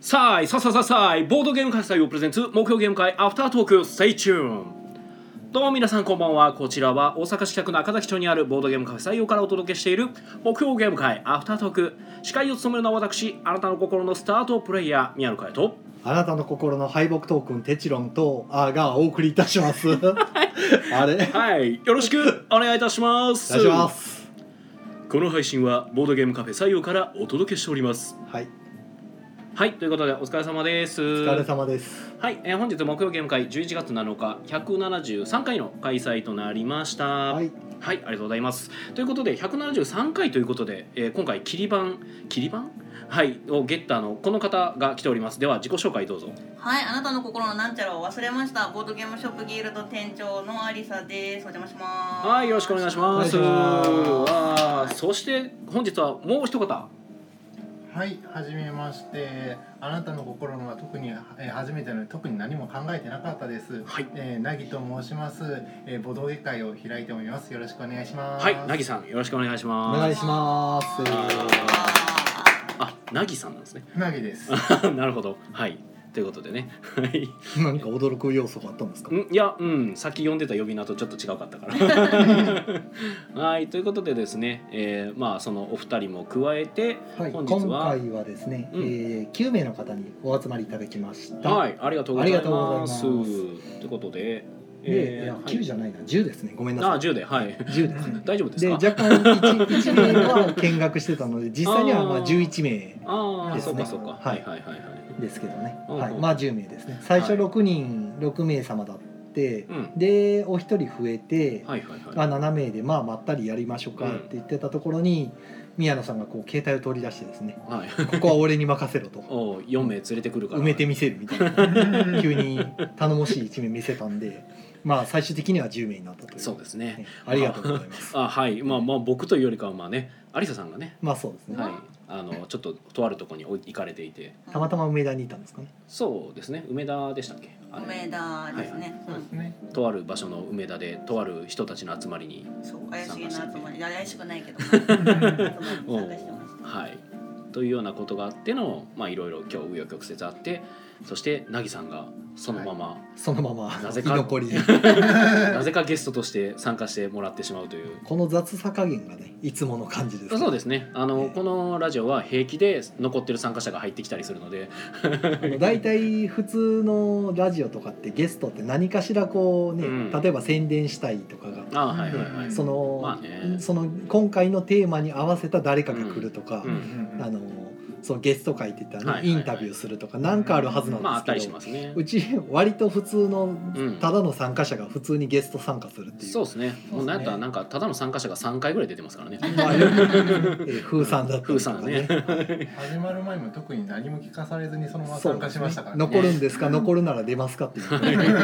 さあいさあさあさあさあいボードゲーム開催をプレゼンツ目標ゲーム会アフタートーク Stay tuned どうも皆さんこんばんはこちらは大阪市北区中崎町にあるボードゲームカフェ採用からお届けしている目標ゲーム会アフタートーク司会を務めるのは私あなたの心のスタートプレイヤー宮野佳代とあなたの心の敗北トークンテチロンとあーがお送りいたします。あれ、お願いはいよろしくお願いいたしますします。この配信はボードゲームカフェ採用からお届けしておりますはい、はいということでお疲れ様ですお疲れ様です。はい、えー本日木曜ゲーム会11月7日173回の開催となりました。は、はいい、ありがとうございます。ということで173回ということで、えー今回切り板切り板はいをゲッターのこの方が来ております。では自己紹介どうぞ。はい、あなたの心のなんちゃらを忘れました。ボードゲームショップギルド店長のありさです。お邪魔します。はい、よろしくお願いします。お願いしますあーそして本日はもう一方。はい、はじめまして。あなたの心のは特に、えー初めてなので特に何も考えてなかったです。はいえー、なぎと申します。えー、ボドゲ会を開いております。よろしくお願いします。はい、なぎさんよろしくお願いしおます。願いします。あ、なぎさんなんですね。 な ぎです。なるほど。はい。ということでね。はい。なんか驚く要素があったんですか。んいやうんさっき読んでた呼び名とちょっと違かったから はいということでですね、えーまあそのお二人も加えてはい、本今日は回はですね、うんえー9名の方にお集まりいただきました。、はいいありがとうございまあすりがとうございということで、で、いやはい9じゃないな、10ですね。ごめんなあさい。 10ではい10ですね。大丈夫ですで、か若干 1, 1名は見学してたの で、実際にはまあーあ11名ああ、ですそねうかそうかははいいはいはいはいですけどね。うんうんはい、まあ10名ですね。最初はい6人、6名様だってう、んで、お一人増えて、はいはいまはあ、い7名でまあまったりやりましょうかって言ってたところに、宮野さんがこう携帯を取り出してですねはい ここは俺に任せろとお4名連れてくるから埋めてみせるみたい な急に頼もしい一面見せたんでまあ最終的には10名になったというそうですねねありがとうございますあはいまあまあ僕というよりかはまあね有沙さんがねまあそうですね、はいあのちょっととあるところに行かれていてたまたま梅田にいたんですかねそうですね梅田でしたっけあれ梅田ですね。そうですね。とある場所の梅田でとある人たちの集まりにうんそう、怪しげな集まり、いや怪しくないけど。おう参加してましはいというようなことがあってのまあいろいろ今日紆余曲折あってそしてなぎさんがそのまま、そのままなぜ居か 残りなぜかゲストとして参加してもらってしまうという。この雑さ加減がねいつもの感じですそうですねねあの、ええこのラジオは平気で残ってる参加者が入ってきたりするのであの大体普通のラジオとかってゲストって何かしらこうね、うん例えば宣伝したいとかがあはいはいはい、その,、まあねその今回のテーマに合わせた誰かが来るとか、うんうんあのそのゲスト会って言ったら、ねはいはいはいインタビューするとかなんかあるはずなんまああったりですしけど、ますねうち割と普通のうんただの参加者が普通にゲスト参加するっていう。そうですねもうなんやったらなんかただの参加者が3回ぐらい出てますからねまあ、えー風さんだったりとかね風始まる前も特に何も聞かされずにそのままそう参加しましたから、残るんですか残るなら出ますかっていう、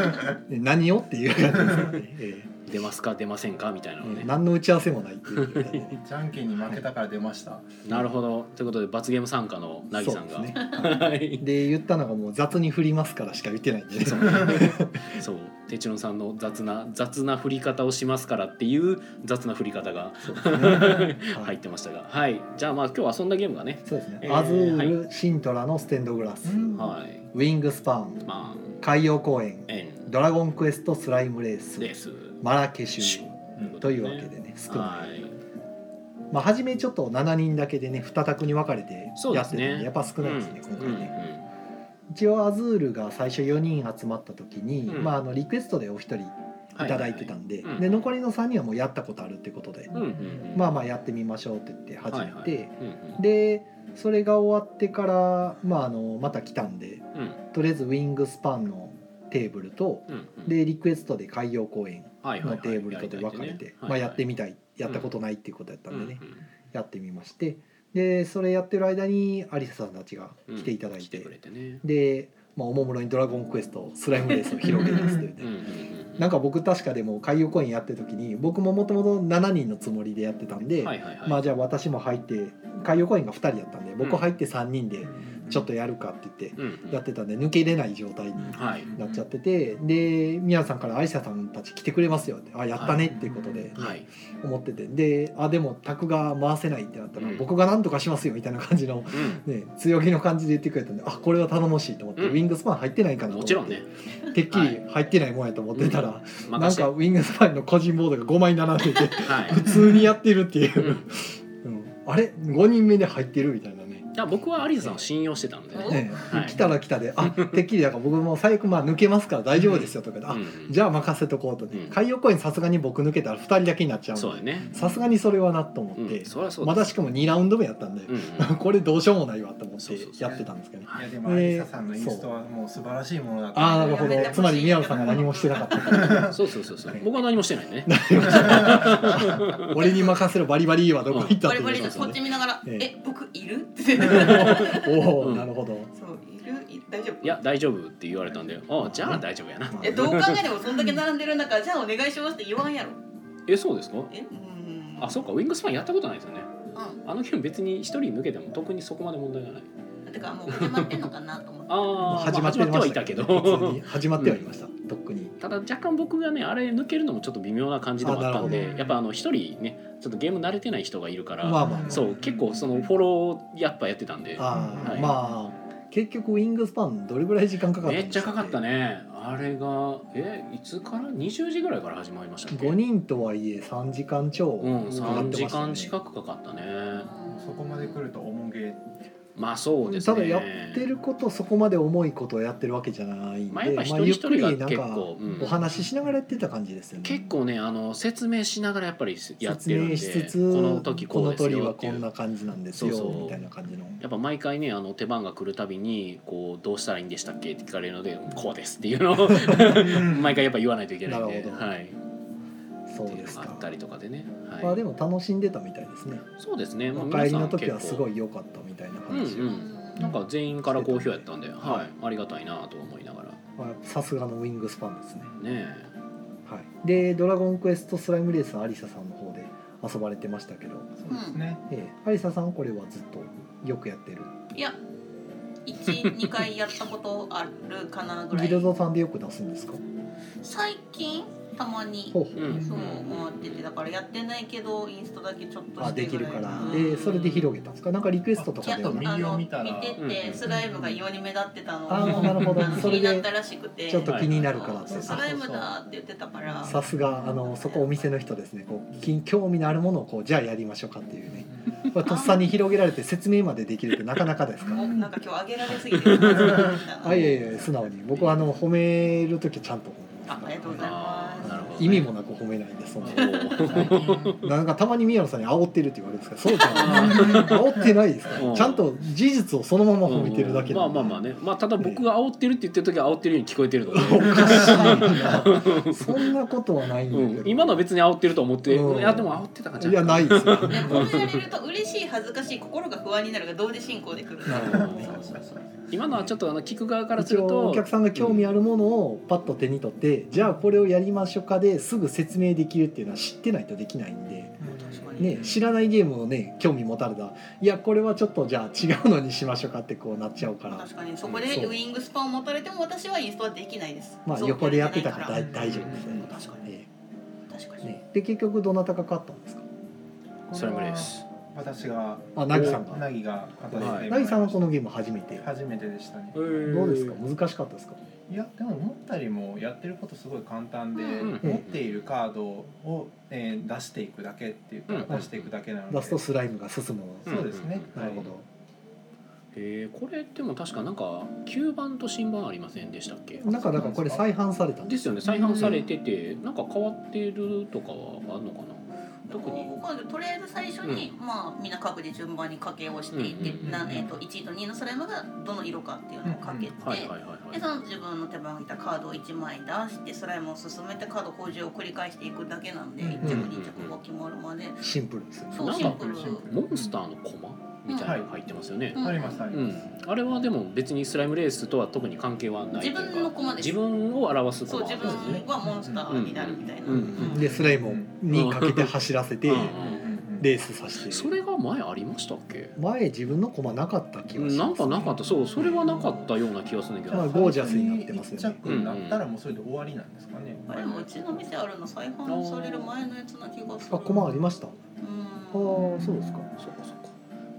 ね何をっていう感じですからね、え 出ますか出ませんかみたいなーのね、何の打ち合わせもないっていう感じでね、じゃんけんに負けたから出ました。なるほどということで罰ゲーム参加の なぎさんがそうですねはいで言ったのがもう雑に振りますからしか言ってないんでねそうてちのさんの雑な雑な振り方をしますからっていう雑な振り方がそうですねはい入ってましたがはいじゃあまあ今日遊んだゲームがねそうですね、えーアズール、シントラのステンドグラス、うんはいウィングスパンまあ海洋公園円ドラゴンクエストスライムレースですマラケシシュュというわけでね少ない、はいまあ初めちょっと7人だけでね2択に分かれてそうやでっすてたんでねやっぱ少ないですね、うん今回ね、一応アズールが最初4人集まった時に、うんまあ、あのリクエストでお一人いうんうんただいてたんで,、はいはいはいうんで残りの3人はもうやったことあるってことで、うんうんうんまあまあやってみましょうって言って始めて、はいはいうんうんでそれが終わってから、まあ、あのまた来たんでうんとりあえずウィングスパンのテーブルとうんうんでリクエストで海洋公園はいはいはのいテーブルとで分かれてまあやってみたいやったことないっていうことやったたんでねうんうんやってみましてでそれやってる間にアリサさんたちがうん来ていただい来ててくれてねでまあおもむろに「ドラゴンクエストスライムレース」を広げますといううんうね。んうんうんなんか僕確かでも海洋公園やってる時に僕ももともと7人のつもりでやってたんで、はいはいはいまあじゃあ私も入って海洋公園が2人やったんで僕入って3人でちょっとやるかって言っうんてやってたんで抜けれない状態にはいなっちゃっててで宮さんから「アリサさんたち来てくれますよ」って「あやったね」っていうことではい思っててで「あでも卓が回せない」ってなったらうん「僕がなんとかしますよ」みたいな感じの、うね、強気の感じで言ってくれたんであこれは頼もしいと思って、うんウィングスパン入ってないかなんとも思っちてろんねてっきり入ってないもんやと思ってたら、なん任せかてウィングスパンの個人ボードが5枚並んでてはい普通にやってるっていうう、んうんあれ5人目で入ってるみたいなね。いや僕はアリスさんを信用してたんでねねはい来たら来たで「あてっきりだから僕も最悪まあ抜けますから大丈夫ですよ」とかで「あうんじゃあ任せとこうとね、うん海洋公園さすがに僕抜けたら2人だけになっちゃうそうのだよねさすがにそれはなと思っうてん、そりゃそうまでだすしかも2ラウンド目やったんでう、んうんこれどうしようもないわと思っそうそうてそうやってたんですけどね、いやでもえーアリサさんのインストはもう素晴らしいものだったああんなでるほどつまり宮野さんが何もしてなかったそうそうそうそうはい僕は何もしてないね俺に任せろバリバリはどこ行ったバってことでリバリすとこよっちね見ながら「えええ僕いる?」っておうおんなるほどそういるい大丈夫いや大丈夫って言われたんでああじゃあ大丈夫やなえどう考えてもそんだけ並んでる中じゃあお願いしますって言わんやろえそうですかえうんあそうかウィングスパンやったことないですよねうあのゲーム別に一人抜けても特にそこまで問題がないんてかもう始まってんのかなと思ってああ始始ままっっててはまいしたけたど普通に始まってはいました、とっくにただ若干僕がねあれ抜けるのもちょっと微妙な感じでもあったんあなるでほどやっぱあの一人ねちょっとゲーム慣れてない人がいるから、まあまあそう結構そのフォローやっぱやってたんであー、はいまあ結局ウィングスパンどれぐらい時間かかったんめでっちゃかかったねねあれがえいつから20時ぐらいから始まりましたっけ5人とはいえ3時間超かうんかっ3て時ました間ね近くかかったねそこまで来ると重げまあそうですたねだやってることそこまで重いことをやってるわけじゃないんで、まあやっぱ一人ゆ一っくり人ながん結か構、うんお話ししながらやってた感じですよね結構ねあの説明しながらやっぱりやって説るん明でしつつこの時こうですこの鳥よはってこいうんな感じなんですよそうそうみたいな感じのやっぱ毎回ねあの手番が来るたびにこうどうしたらいいんでしたっけって聞かれるのでこうですっていうの を毎回やっぱ言わないといけないんでなるほどはいそうっていでうすのがあかったりとかでね、はいまあでも楽しんでたみたいですね、そうですね、まあ、お帰り皆のさん時は結す構ごい良かったみたいな話うを、んうんなんか全員から好評やったんで、んはい、ありがたいなと思いながらねまあさすがのウィングスパンですね、えはい、で「ドラゴンクエストスライムレース」アリサさんの方で遊ばれてましたけど、そうですね、ええ、アリサさんこれはずっとよくやってるいや12回やったことあるかなぐらギルいドさんでよく出すんですか最近たまにほうほううんそう思っててだからやってないけどインストだけちょっとあしてできぐるらいからうんでそれで広げたんですかなんかリクエストといやかあではなちょいのっ右を見見たらてうてんスライムが異様に目立ってたのをああなるほどあのそれ気になっでたらしくてちょっと気になるからっそてうスライムだって言ってたからさすがあのそこお店の人ですねこうき興味のあるものをこうじゃあやりましょうかっていうねこれとっさに広げられて説明までできるってなかなかですおからなんか今日上げられすぎてまずいなあいやいや素直に僕はあの褒める時ちゃんと褒めあありがとうございあまーすなるほど、意味もなく褒めないんでそんなおー最近なんかたまに宮野さんに煽ってるって言われるんですけどそうじゃない煽ってないですかうんらちゃんと事実をそのまま褒めてるだけまあまあまあねまあただ僕が煽ってるって言ってる時は煽ってるように聞こえてるので、おかしいなそんなことはないんだけど、うん今のは別に煽ってると思って、うんいやでも煽ってたからいやないですよいやこうやられると嬉しい恥ずかしい心が不安になるが同時進行でくるなるほどねそうそうそう今のはちょっとあの聞く側からす一る応とお客さんが興味あるものをパッと手に取って、じゃあこれをやりましょうかですぐ説明できるっていうのは知ってないとできないんで、確かにね、知らないゲームをね興味持たれたらいやこれはちょっとじゃあ違うのにしましょうかってこうなっちゃうから確かにそこでうんそうウイングスパンを持たれても私はインストはできないですまあそう横でやってたからやれ大てない大丈夫ですね確かに、確かええに、ね、で結局どなたか勝ったんですかそれもです私があナギさんがナギが片付けてもらいましたナギさんはこのゲーム初めて初めてでしたねどどううですか難しかったですかいやでも思ったよりもやってることすごい簡単で、うん持っているカードを、えー出していくだけっていううかん出していくだけなので、ラストスライムが進むの、んそうですね、なるほど、えーこれでも確かなんか旧版と新版ありませんでしたっけなんかだからこれ再販されたんでですすよね再販されてて、なんか変わってるとかはあるのかな特に僕はとりあえず最初に、まあみんな各自順番に掛けをしていって、うんうんうんなえー、と1位と2位のスライムがどの色かっていうのをかけて、はいはいはいはいでその自分の手番にいたカードを1枚出してスライムを進めてカード補充を繰り返していくだけなんで、うん1着2着が決まるまで、シンプルですよねそうなんかシンプルシンプルモンスターの駒みたいなのが入ってますよね、うんありますありうんます、あれはでも別にスライムレースとは特に関係はないというか自分の駒です自分を表すそう駒自ですね分はモンスターになるみたいな、うんうんでスライムをにかけて走らせて、うんうんうんレースさせてそれが前ありましたっけ前自分の駒なかった気がします、なんかなかったそうそれはなかったような気がするんだけまどあゴージャスになってますよね最初に一着になったらもうそれで終わりなんですかね。あれもうちの店あるの再販される前のやつな気がするあ駒ありましたああうんーそうですかそうかそうか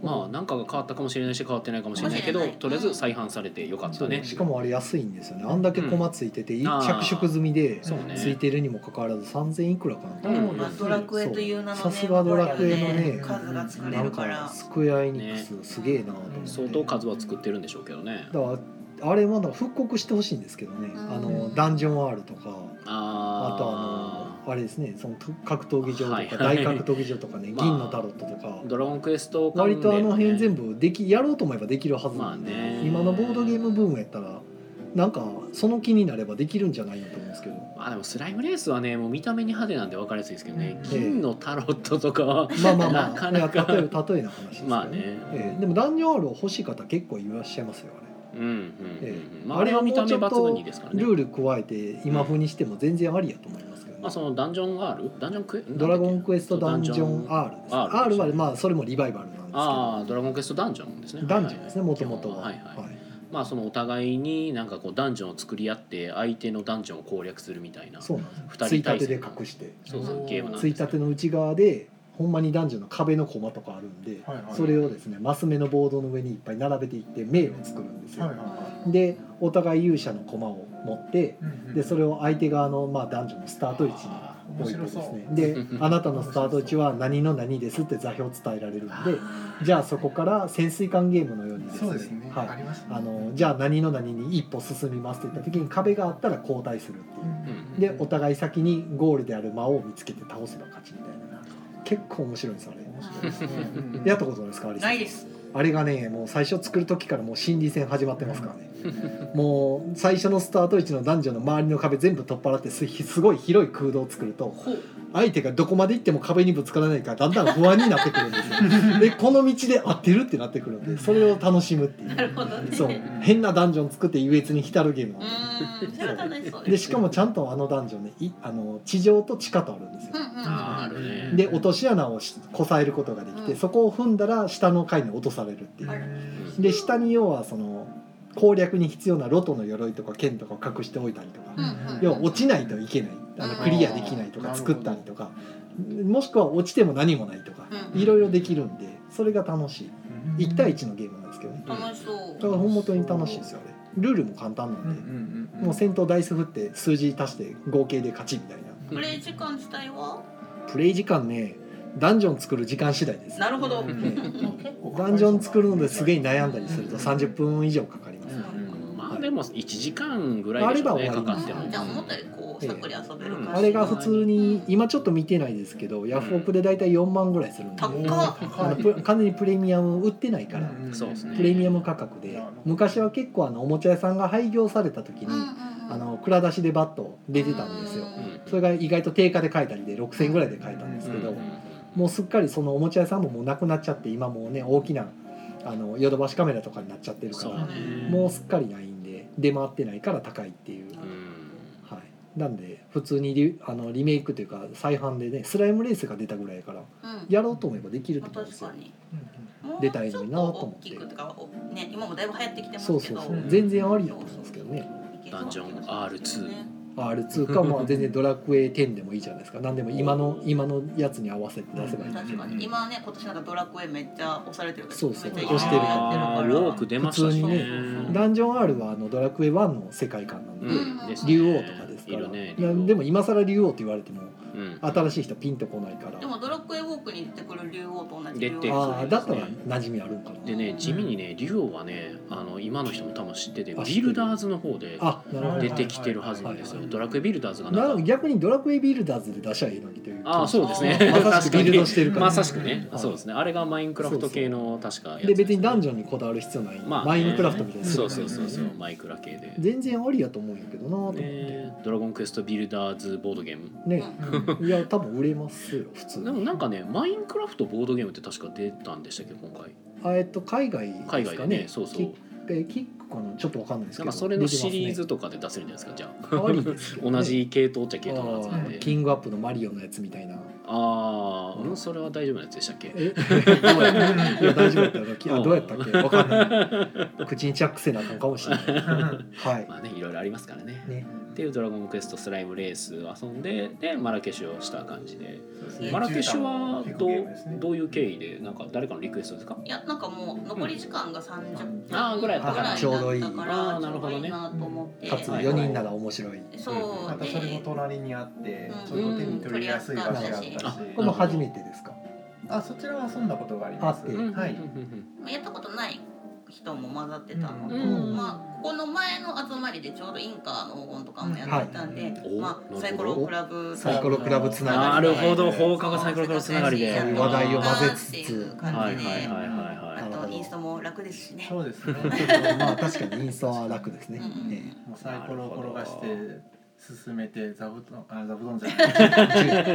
まあ何かが変わったかもしれないし変わってないかもしれないけどかもしれないとりあえず再販されてよかったねしかもあれ安いんですよねあんだけ駒ついてて、んあー着色済みでそうねついてるにもかかわらず3,000いくらかなった、うんでもまあドラクエという名のねさすがドラクエのね数が作れなるんかからスクエアエニックス、すげえなと思って相当数は作ってるんでしょうけどねだからあれもなんか復刻してほしいんですけどね、うんあのダンジョンワールとかあとああのあれですねその格闘技場とか、はいはい大格闘技場とかね、 まあ銀のタロットとかードラゴンクエスト関連割とあの辺全部部できやろうと思えばできるはずなんで、まあね今のボードゲームブームやったらなんかその気になればできるんじゃないのと思うんです けどまあでもスライムレースはねもう見た目に派手なんで分かりやすいですけどねうん銀のタロットとか はまあまあまあなかなかいや例え例えな話ですけどまあねええでもダンジョンワールを欲しい方結構いらっしゃいますよあれ。うんうんうんえうんまああれは見た目抜群にいいですからねルール加えて今風にしても全然ありやと思いますけどね、まあそのダンジョンがあるダンジョンクエドラゴンクエストダンジョン R です、ね、 R ですね R はまあそれもリバイバルなんですけどああドラゴンクエストダンジョンですねダンジョンですねもともとは、はいはい、まあそのお互いになんかこうダンジョンを作り合って相手のダンジョンを攻略するみたいなそうなんです二つい人た対て戦で隠してそうそうおーゲームなんついですたての内側でほんまにダンジョンの壁の駒とかあるんで、はいはいそれをですねマス目のボードの上にいっぱい並べていって迷路を作るんですよ、はいはいはでお互い勇者の駒を持っていうんうん。でそれを相手側の、まあ、男女のスタート位置に置いてですね面で白そうあなたのスタート位置は何の何ですって座標を伝えられるんでじゃあそこから潜水艦ゲームのようにですねそうですね。はいあ、りますね。あのじゃあ何の何に一歩進みますって言った時に壁があったら交代するってういんうんうでお互い先にゴールである魔王を見つけて倒せば勝ちみたいな結構面白いんですあれ面白いですね。うんうんやったことないですかアリさんないですあれがねもう最初作る時からもう心理戦始まってますからねもう最初のスタート位置の男女の周りの壁全部取っ払ってすすごい広い空洞を作るとほう相手がどこまで行っても壁にぶつからないからだんだん不安になってくるんです よでこの道で合ってるってなってくるんでそれを楽しむっていなるうほどねそう変なダンジョン作って優越に浸るゲームうなんでーんそれは楽しそうですしかもちゃんとあのダンジョンねいあの地上と地下とあるんですようんうんうんあーあるねで落とし穴をしこさえることができて、うんそこを踏んだら下の階に落とされるっていうあらで下に要はその攻略に必要なロトの鎧とか剣とかを隠しておいたりとか、うんうん要は落ちないといけないあのうんクリアできないとあかー作ったりとかもしくは落ちても何もないとかうんいろいろできるんでそれが楽しうんい1対1のゲームなんですけどねだ楽しそうから本当に楽しいですよあれルールも簡単なうんうんんうんでうんもう戦闘ダイス振って数字足して合計で勝ちみたいなプレイ時間自体はプレイ時間ねダンジョン作る時間次第ですなるほどうんうん結構ダンジョン作るのですげえい。悩んだりすると30分以上かかりますうんまあでも1時間ぐらいでしょうねあればか終わかりってもじゃあ思ったよりこうさっくり遊べる感じうんあれが普通に今ちょっと見てないですけどヤフオクでだいたい4万ぐらいするんで、高っあのプ完全にプレミアム売ってないから、そうですねプレミアム価格で昔は結構あのおもちゃ屋さんが廃業された時に、うんうんうんあの蔵出しでバット出てたんですようそれが意外と定価で買えたりで6000円ぐらいで買えたんですけど、うんうんうんもうすっかりそのおもちゃ屋さんももうなくなっちゃって今もうね大きなあのヨドバシカメラとかになっちゃってるかそうらねもうすっかりないんで出回ってないから高いっていう。うんはい、なんで普通にリあのリメイクというか再販でねスライムレースが出たぐらいやからうんやろうと思えばできるとまあ思うんで確すよ出たいかにのになと思ってもうちょっと大きくとかね今もだいぶ流行ってきてまそうすけそうどそううん全然ありだと思うんですけどねダンジョン R2 R2 かまあ全然ドラクエ10でもいいじゃないですか何でも今の今のやつに合わせて出せばいい確かに今はね今年なんかドラクエめっちゃ押されてるからそうそうめっちゃ押してるやってるあかーらウォーク出ましたしね普通にねダンジョン R はあのドラクエ1の世界観なんで、うんですね竜王とかですかいらるねいやでも今更竜王って言われてもうん新しい人ピンとこないからでもドラクエウォークに出てくる竜王と同じ出竜て王くるああだったらね馴染みあるんかなでね地味にね竜王はねあの今の人も多分知っててあビルダーズの方であなるほど出てきてるはずなんですよはいドラクエビルダーズがななんか逆にドラクエビルダーズで出しゃいいのにという気あもあそうですねまさ確しくかビルドにしてるから、まさしくねはいそうですねあれがマインクラフト系の確かやつで別にダンジョンにこだわる必要ない、まあねマインクラフトみたいなそうそうそうそううんマイクラ系で全然ありやと思うんやけどなと思って、ねドラゴンクエストビルダーズボードゲームねうんいや多分売れますよ普通でもなんかねマインクラフトボードゲームって確か出たんでしたっけ今回あえっと海外ですか海ね外でねそうそうキックキックかなちょっとわかんないですなけんどかそれのシリーズとかで出せるんじゃないですかじゃあ出てますねありですけどね同じ系統っちゃ系あ統のやつなんーでキングアップのマリオのやつみたいなああうんそれは大丈夫なやつでしたっけえ ごめんいや大丈夫だったよなきあ うんどうやったっけわかんない口にチャックせなあかんかもしれないはいまあねいろいろありますからねねっていうドラゴンクエストスライムレースを遊んででマラケシュをした感じでうんマラケシュはどうどうういう経緯でなんか誰かのリクエストですかいやなんかもう残り時間が30分あーぐらいだったからぐだったからあーなるほどねちょうどいいなと思ってかつ4人なら面白いそうまたそれも隣にあってうんちょっと手に取りやすい場所だったしあこれも初めてですかあそちらは遊んだことがありますあってうんはいまあやったことない人も混ざってたのうで、んうんまあ、ここの前の集まりでちょうどインカーの黄金とかもやってたんで、うんはいまおあ、サイコロクラブサイコロクラブつながなりるほど放課後サイコロクロスつながりでそういうは話い題を混ぜつつっていうは感いじで、はいはいあはとインストも楽ですしねそうで すねまあ確かにインスタは楽ですねうんねもうサイコロを転がしてな進めて座布団あ座布団じゃ な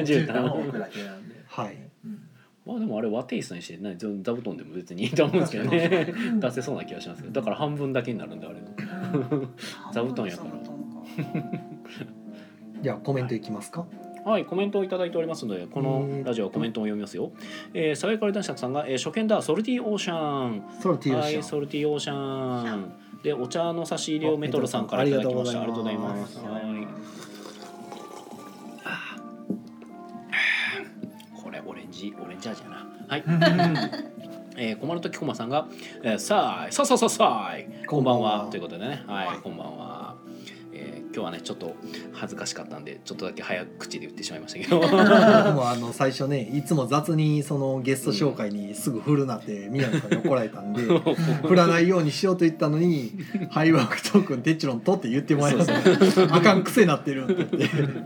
いじゅいはい絨絨毯を毯置くだけなんで、はいうんまあでもあれ和テイストにしてない座布団でも別にいいと思うんですけどね出せそうな気がしますけどだから半分だけになるんであれの座布団やから座布団じゃあコメントいきますかはい、コメントをいただいておりますので、このラジオはコメントを読みますよ。えー、サイカル男爵さんが、えー初見だ、ソルティオーシャン。ソルティーはい、ショソルティオーシャン。で、お茶の差し入れをメトロさんからいただきました。ありがとうございます。ありがとうございまはい。これオレンジ、オレンジ味やな。はい。えー、困る時こまさんが、えー、さあ、さあさあさあさあい。ンこんばんはということでね、は、はいいこんばんは。えー今日はねちょっと恥ずかしかったんでちょっとだけ早口で言ってしまいましたけど僕もあの最初ねいつも雑にそのゲスト紹介にすぐ振るなって宮野さんに怒られた んで振らないようにしようと言ったのに「ハイワークトークンテッチロンと」って言ってもらいましたねあかん癖になってるって 言って、う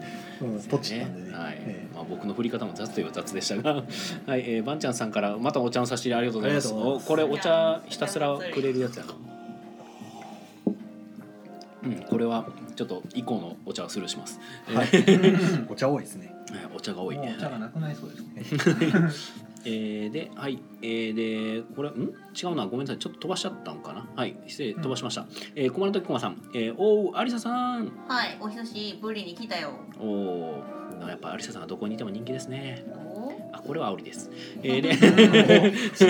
ん、ポチったんでねはいえまあ、僕の振り方も雑といえば雑でしたが、 はいえー、ばんちゃんさんからまたお茶の差し入れありがとうございますありがとうございますおこれお茶ひたすらくれるやつやなうんこれはちょっと以降のお茶をスルーします、えはい、お茶多いですねえーお茶が多いもうねお茶がなくなりそうですねえーで、はい、えーで、これ、ん違うな、ごめんなさい、ちょっと飛ばしちゃったんかな。はい、失礼、飛ばしました。えー、小丸時駒さん、えー、おう、ありささん。はいお久しぶりに来たよおお、なんかやっぱありささんはどこにいても人気ですね。おあ、これはあおりです。えーで、知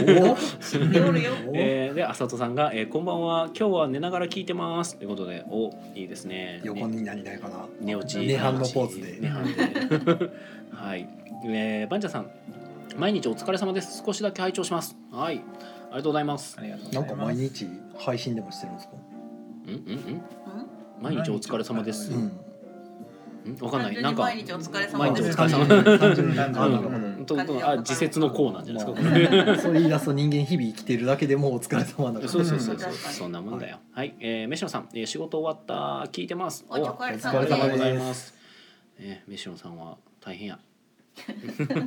っておるよおえーで、あさとさんが、えー、こんばんは、今日は寝ながら聞いてます。ということで、お、いいですね。横ねに何ないかな寝落ち。涅槃のポーズで寝飯で。 はい、えー、ばんちゃんさん、毎日お疲れ様です。少しだけ拝聴します。はい、ありがとうございますあ。りがとうごなざいんますか毎日配信でもしてるんですかうんうんうん。うん毎日お疲れ様ですう。んうんわかんない。なんか単。純に毎日お疲れ様毎日おです疲れ様単純にあ単な純るにほど、うんととあ、自節のコーナーじゃないですかこれ。まあ、 そう言い出すと人間日々生きてるだけでもうお疲れ様だか らそうそうそうそう。うんそんなもんだよ。はい、えー、メシノさん、えー、仕事終わった、聞いてます。お疲れお様疲あれりがと様うでごすざいます。えー、メシノさんは大変や。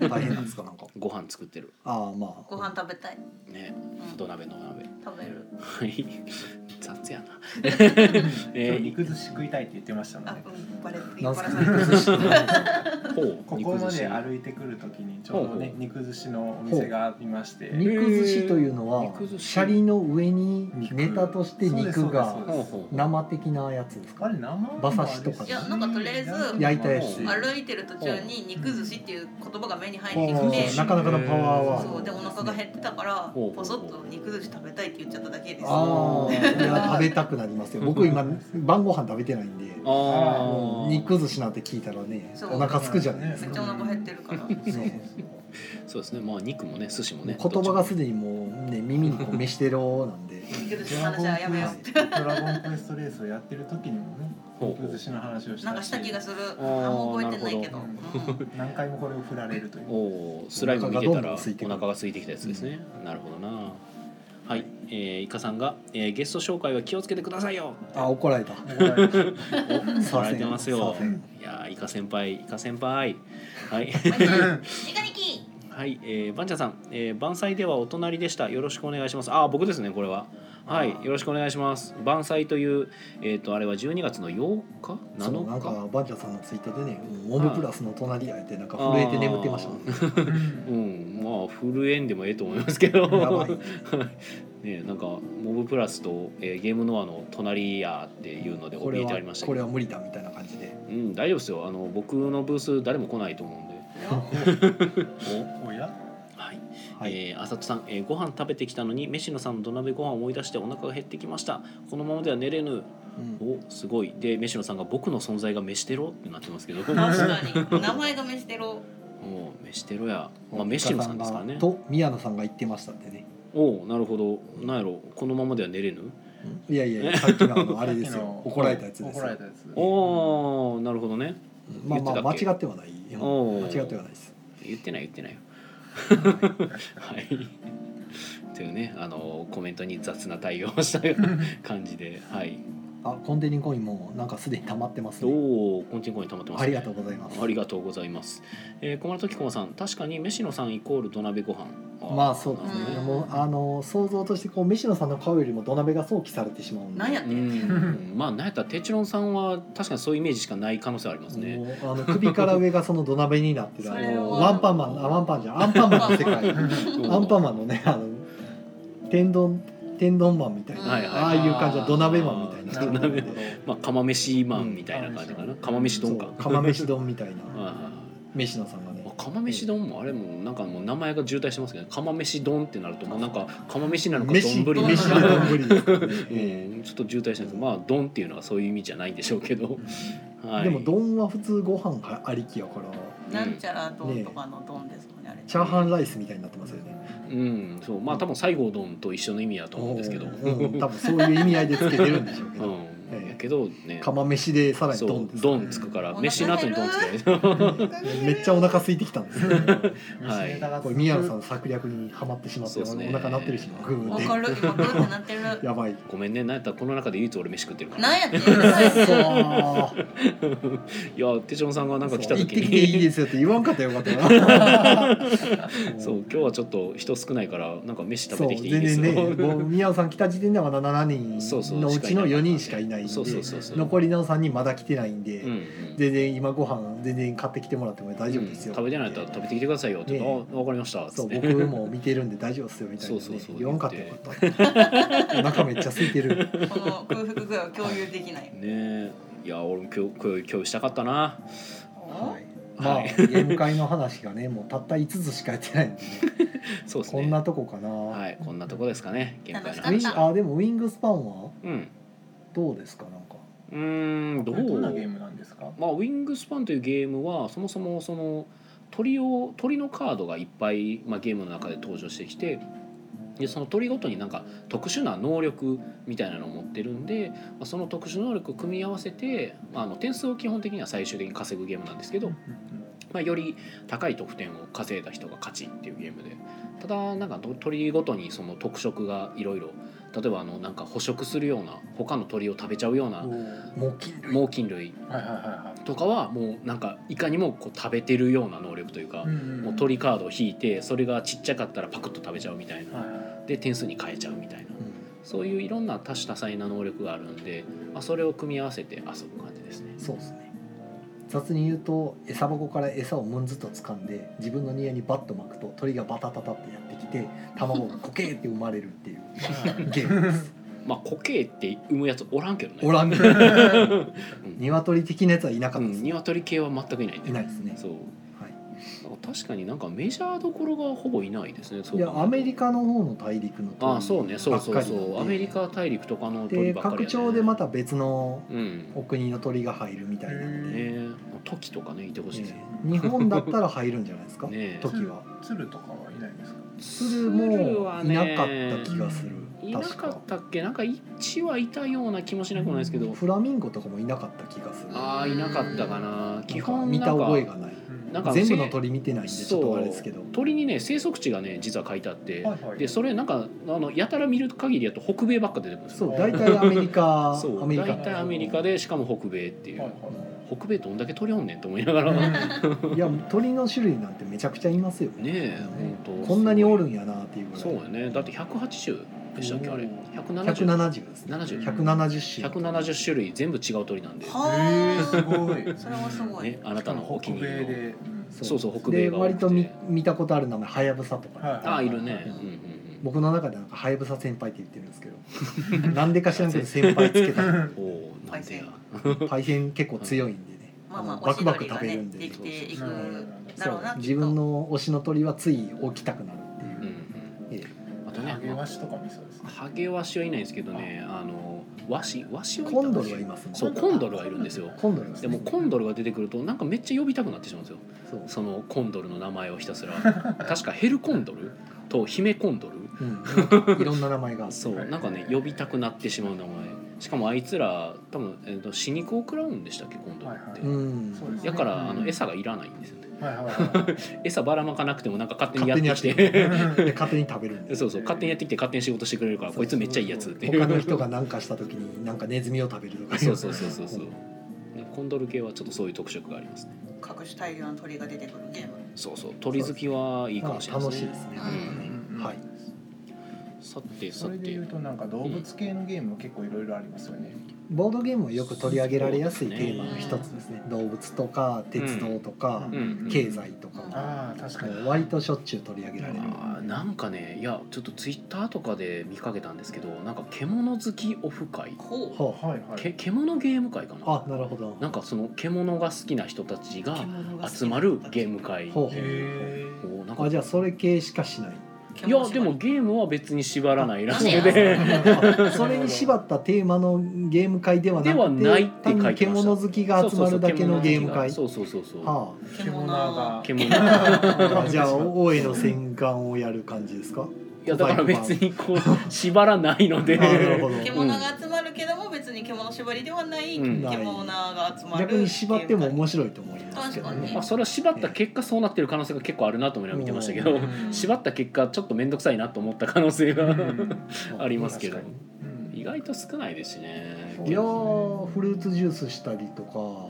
大変なんですかなんかご飯作ってる。ああまあご飯食べたい、ね、うん土鍋の鍋。食べるはい。雑やな。今え日ー、肉寿司食いたいって言ってましたもあんねうんバレバレなんすかバレほう、ここまで歩いてくるときにちょうどね肉寿司のお店がありまして 肉寿司というのえーは肉寿司シャリの上に肉ネタとして肉がほうほう。生的なやつですあかれ生もあるし馬刺しとかいやなんかとりあえず焼いたやつうん歩いてる途中に肉寿司っていう言葉が目に入ってほきうてなかなかのパワーそワうでお腹が減ってたからほうポソッと肉寿司食べたいって言っちゃっただけですああいや食べたくなりますよ僕今晩ご飯食べてないんでああ。肉寿司なんて聞いたらねそうお腹空くじゃないですめっかちゃお腹減ってるからそうそうですね。まあ肉もね、寿司もね。言葉がすに。でにもうね耳にこう飯テロなんで肉寿司のドラゴ話ンはやめよクエストドラゴンクエストレースをやってる時にもねほうほ肉う寿司の話をしうたなんかした気がするあんーま覚えてないけどなるうん何回もこれを振られるというおおスライム見てたらおお腹がどんどん空いてくる腹が空いてきたやつですね、なるほどなはい、えー、イカさんが、えーゲスト紹介は気をつけてくださいよあ怒られた怒られてるお左遷さられてますよ左遷いやーイカ先輩イカ先輩はい ニカニキはい、えー、バンチャさん、えー、晩祭ではお隣でしたよろしくお願いしますあー僕ですねこれははいよろしくお願いします晩祭というえっ、とあれは12月の8日そうな7ん日かバンチャさんのツイッターでね「モブプラスの隣や」ってなんか震えて眠ってましたもんね うんうんまあ震えんでもええと思いますけどやばい ねなんかモブプラスと、えーゲームノアの隣やっていうので これ怯えてありまはしたこけれどは無理だみたいな感じでうん大丈夫ですよあの僕のブース誰も来ないと思うんでおおやはいはい、えー、浅津さん、えーご飯食べてきたのに飯野さんの土鍋ご飯を思い出してお腹が減ってきましたこのままでは寝れぬうんおすごいで飯野さんが僕の存在が飯テロってなってますけど確かに名前が飯テロもう飯テロや、まあ、飯野さんですからねと宮野さんが言ってましたんでね、おおなるほどなんやろこのままでは寝れぬいやいやいやさっきのあのあれですさっきよの怒られたやつです怒よられたやつ おおなるほどねうんまあまあ言間ってた違ってはないよおー間違ってはないです言ってない言ってないよ はいというねあのコメントに雑な対応をしたような感じではいあコンテニコインもなんかすでに溜まってますねおおコンティンコイン溜まってますありがとうございますありがとうございます。えー、小村時子さん、確かに飯野さんイコール土鍋ご飯。ーまあそうですね、うんもうあの想像としてこう飯野さんの顔よりも土鍋が想起されてしまうんでなんやっうて、ん、まあ、なんやったら、テチロンさんは、確かにそういうイメージしかない可能性ありますね。もうあの首から上がその土鍋になってるそあれのはワンパンマンあワンパンじゃんアンパンマンの世界アンパンマンのねあの天丼天丼マンみたいな、はいはいああいう感じの土鍋マンみあーたいな土鍋マンまあ、釜飯マンみたいな感じかな。釜飯丼か。そう釜飯丼みたいはいはないはい飯野さんがねまあ釜飯丼もあれもなんかもう名前が渋滞してますけど釜飯丼ってなるともうなんか釜飯なのか飯丼飯なでのか丼ですからねうえんちょっと渋滞してるんですけどまあ丼っていうのはそういう意味じゃないんでしょうけど、はえい、でも丼は普通ご飯がありきやからなんちゃら丼とかの丼ですもんねあれチャーハンライスみたいになってますよねうん、そうまあ多分西郷どんと一緒の意味だと思うんですけど、ううんん多分そういう意味合いでつけてるんでしょうけど、ええやけどね釜飯でさらにそドンうですどんつくからお腹飯の後にどんつくから ねめっちゃお腹空いてきたんですよはいこれ宮野さんんの策略にはまってしまってそうおですね腹鳴ってるしなグわーかっる今ブーってなってるてやばいごめんねなんやったらこの中で唯一俺飯食ってるからなんやってそういや手順さんがなんか来た一時滴でいいでにすよって言わんかったらよかったな そう今日はちょっと人少ないからなんか飯食そべうてきていい全です然よねもう宮野さん来た時点ではまだ 7そうそ人うのうちの4人しかいないんでそうそうそうそう残りの3人まだ来てないんで、うんうん全然今ご飯全然買ってきてもらっても大丈夫ですよ、うん食べてないと食べてきてくださいよって言って、ねあ分かりました」そつっうて僕も見てるんで大丈夫っすよみたいな、ね、そうそうそう言わんかったらよかった お腹めっちゃ空いてるこの空腹具合を共有できないねえいや俺も今日今日今日したかったなはい、まはあいゲーム会の話がねもうたった5つしかやってないんで、ね、そうですねこんなとこかな、はいこんなとこですかね限界のウィン話はあでもウィングスパンはうんどうですかなんかうーんどどうどんなゲームなんですかまあ、ウィングスパンというゲームはそもそもその鳥を鳥のカードがいっぱい、まあ、ゲームの中で登場してきてでその鳥ごとになんか特殊な能力みたいなのを持ってるんで、まあ、その特殊能力を組み合わせて、まあ、あの点数を基本的には最終的に稼ぐゲームなんですけど、まあ、より高い得点を稼いだ人が勝ちっていうゲームでただなんかと鳥ごとにその特色がいろいろ例えばあのなんか捕食するような他の鳥を食べちゃうようなおー猛禽類猛禽類はいはいはとかはもうなんかいかにもこう食べてるような能力というかいは、いもう鳥カードを引いてそれがちっちゃかったらパクッと食べちゃうみたいな、はいはいで点数に変えちゃうみたいなうそういういろんな多種多彩な能力があるんで、まあ、それを組み合わせて遊ぶ感じですねん、。そうですね雑に言うと餌箱から餌をムンズと掴んで自分の庭にバッと巻くと鳥がバタタタってやってきて卵がコケーって生まれるっていうゲーム ですまあ固形って産むやつおらんけどね。おらんけど鶏的なやつはいなかうったです、ん、鶏系は全くいないんでいないですねそう。はいなんか確かになんかメジャーどころがほぼいないですね。そう考えいやるとアメリカの方の大陸の鳥ああそうねそうそうそばっかりなんうでアメリカ大陸とかの鳥でばっかり拡やね張でまた別のうんお国の鳥が入るみたいなんで、へね時とかねいてほしいですねええ日本だったら入るんじゃないです か、ねえ時は鶴とかはいないんですか鶴もいなかった気がするいな確かかったっけなんか一はいたような気もしなくもないですけどフラミンゴとかもいなかった気がするああいなかったかな基なんか本見たなんか覚えがないなんか全部せの鳥見てないんでちょっとあれですけどそう鳥にね生息地がね実は書いてあってはいはいでそれなんかあのやたら見る限りやと北米ばっか出てくるんですそよう大体アメリカ そアうメリカ大体アメリカでしかも北米っていはいうは北米どんだけ鳥おんねんと思いながらねいや鳥の種類なんてめちゃくちゃいますよねえ本当こんなにおるんやなっていうぐらいそうやねだって180でしたっけあれ170 170ですね70 170種170種類全部違う鳥なんでい。えー、はすごい。それはすごいねあなたのお気に入りので。そうそう北米がで多くて割と見見たことある名前はやぶさとか、はいああいるね、ううんんうんうん、僕の中でなんかはやぶさ先輩って言ってるんですけど なんでか知らんけど先輩つけ たおおーなんでや大変結構強いんでね、まあまあバクバクおしどりが食べるんでねできていくなるほどなるほどだろうな自分の推しの鳥はつい置きたくなるっていうう、んえうん、あとねハゲワシとかもそうですねハゲワシはいないんですけどねあのワシワシえはいたコンドルはいますねそうコンドルはいるんですよコンドルですでねもコンドルが出てくるとなんかめっちゃ呼びたくなってしまうんですよそう、そのコンドルの名前をひたす ら確かヘルコンドルとヒメコンドルうん、なんかいろんな名前があってそうなんかね呼びたくなってしまう名前しかもあいつら多分、えー、と死肉を食らうんでしたっけコンドルって、はうんそうですねだから、あうのん餌がいらないんですよねはいはいはい餌ばらまかなくてもなんか勝手にや勝っ手にてやきっててで勝手に食べるんで すそうそう勝手にやってきて勝手に仕事してくれるからこいつめっちゃいいやつっていう他の人が何かした時になんかネズミを食べるとかそうそうそうそうそう、ね、コンドル系はちょっとそういう特色がありますね各種大量の鳥が出てくるゲームそうそう鳥好きはいいかまもしあれない楽でしすいねですね、うんはいさてさそれでていうとなんか動物系のゲームも結構いろいろありますよね。ボードゲームをよく取り上げられやすいテーマの一つですね動物とか鉄道とか、うんうん経済とかは、ああ確かに。もう割としょっちゅう取り上げられるあーなんかねいやちょっとツイッターとかで見かけたんですけどなんか獣好きオフ会ほほうはいはい。け獣ゲーム会かなあなるほどなんかその獣が好きな人たちうが獣が好き集まるゲーム会ほうほへおーなんかあじゃあそれ系しかしないいやでもゲームは別に縛らないらしいあのであそれに縛ったテーマのゲーム会ではなくてではないって書いてました単に獣好きが集まるだけのゲーム会そうそうそうそう獣好はえ。獣がき。がそうそうそうそうああ、じゃあ大江の戦艦をやる感じですか獣いやだから別にこう縛ら ないのであ なるほど獣が集まるけども別に獣縛りではないうん獣が集まる逆に縛ってもゲーム面白いと思いますけど確かねにまあ、それは縛った結果そうなってる可能性が結構あるなと思いながら見てましたけどうん縛った結果ちょっと面倒くさいなと思った可能性うがんありますけど確かにうん意外と少ないですしねそういやーフルーツジュースしたりとか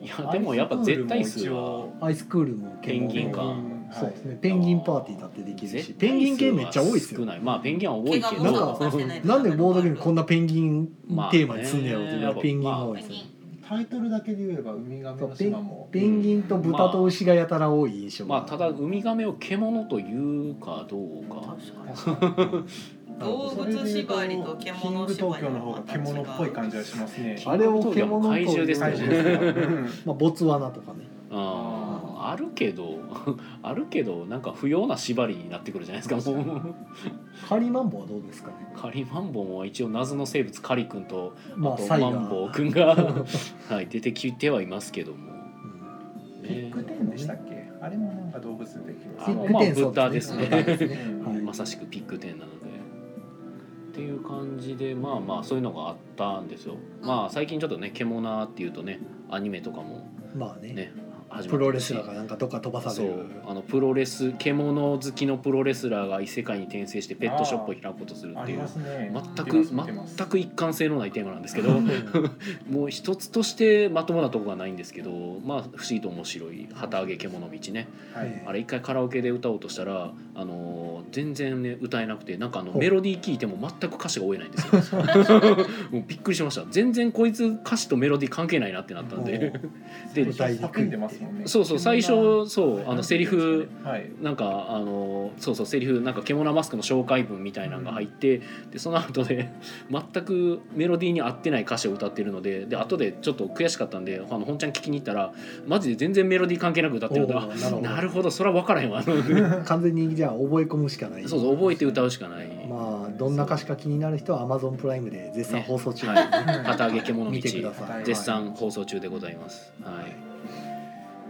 いやでもやっぱ絶対数はアイスクールもペンギンかかそうですねペンギンパーティーだってできるしペンギン系めっちゃ多いですよ少ないまあペンギンは多いけ毛どがなんボかサボサしてないなんでボードゲームこんなペンギンテーマにすんねやろっていうのはまあねペンギンが多いペでンすギよンタイトルだけで言えば「ウミガメの島」もペンギンと豚と牛がやたら多い印象まあただウミガメを獣というかどうか確かに動それ物で言う縛りととキン獣グ縛東り京の方が獣っぽい感じがしますね。あれをキングコングはもう怪獣です最よ初ねですけどうんまあボツワナとかねあーあるけど あるけどなんか不要な縛りになってくるじゃないですかもうカリマンボはどうですかねカリマンボウは一応謎の生物カリ君とまああとサイマがンボウ君がはい出てきてはいますけどもうんビッグテンでしたっけあれもなんか動物出てきまあすのビッねグまあテンそうですね豚ですね豚でうんはいまさしくピック10なので。っていう感じでまあまあそういうのがあったんですよ。まあ最近ちょっとね「獣」っていうとねアニメとかもまあねね始まってるしプロレスラーがなんかどっか飛ばさそれうるあのプロレス獣好きのプロレスラーが異世界に転生してペットショップを開くことするっあていりうます全ね見くてます見てます全く一貫性のないテーマなんですけうど んもう一つとしてまともなとこがないんですけどまあ不思議と面白い「旗揚げ獣道」ねはいあれ一回カラオケで歌おうとしたら、あのー全然ね歌えなくてなんかあのほうメロディー聞いても全く歌詞が追えないんですよ もうびっくりしました全然こいつ歌詞とメロディー関係ないなってなったんでで歌いにくい叫んでますもんねそうそう最初そうあのセリフはいなんかあのーそうそうセリフなんか「獣マスク」の紹介文みたいなのが入って、でその後で 全くメロディーに合ってない歌詞を歌ってるのでで後でちょっと悔しかったんであの本ちゃん聞きに行ったらマジで全然メロディー関係なく歌ってるんだおーなるほどなるほどそれは分からへんわそう 完全にじゃあ覚え込むしかない そう覚えて歌うしかない、まあどんな歌詞か気になる人は Amazon プライムで絶賛放送中、ねはい旗揚げ獣道見てください絶賛放送中でございますはい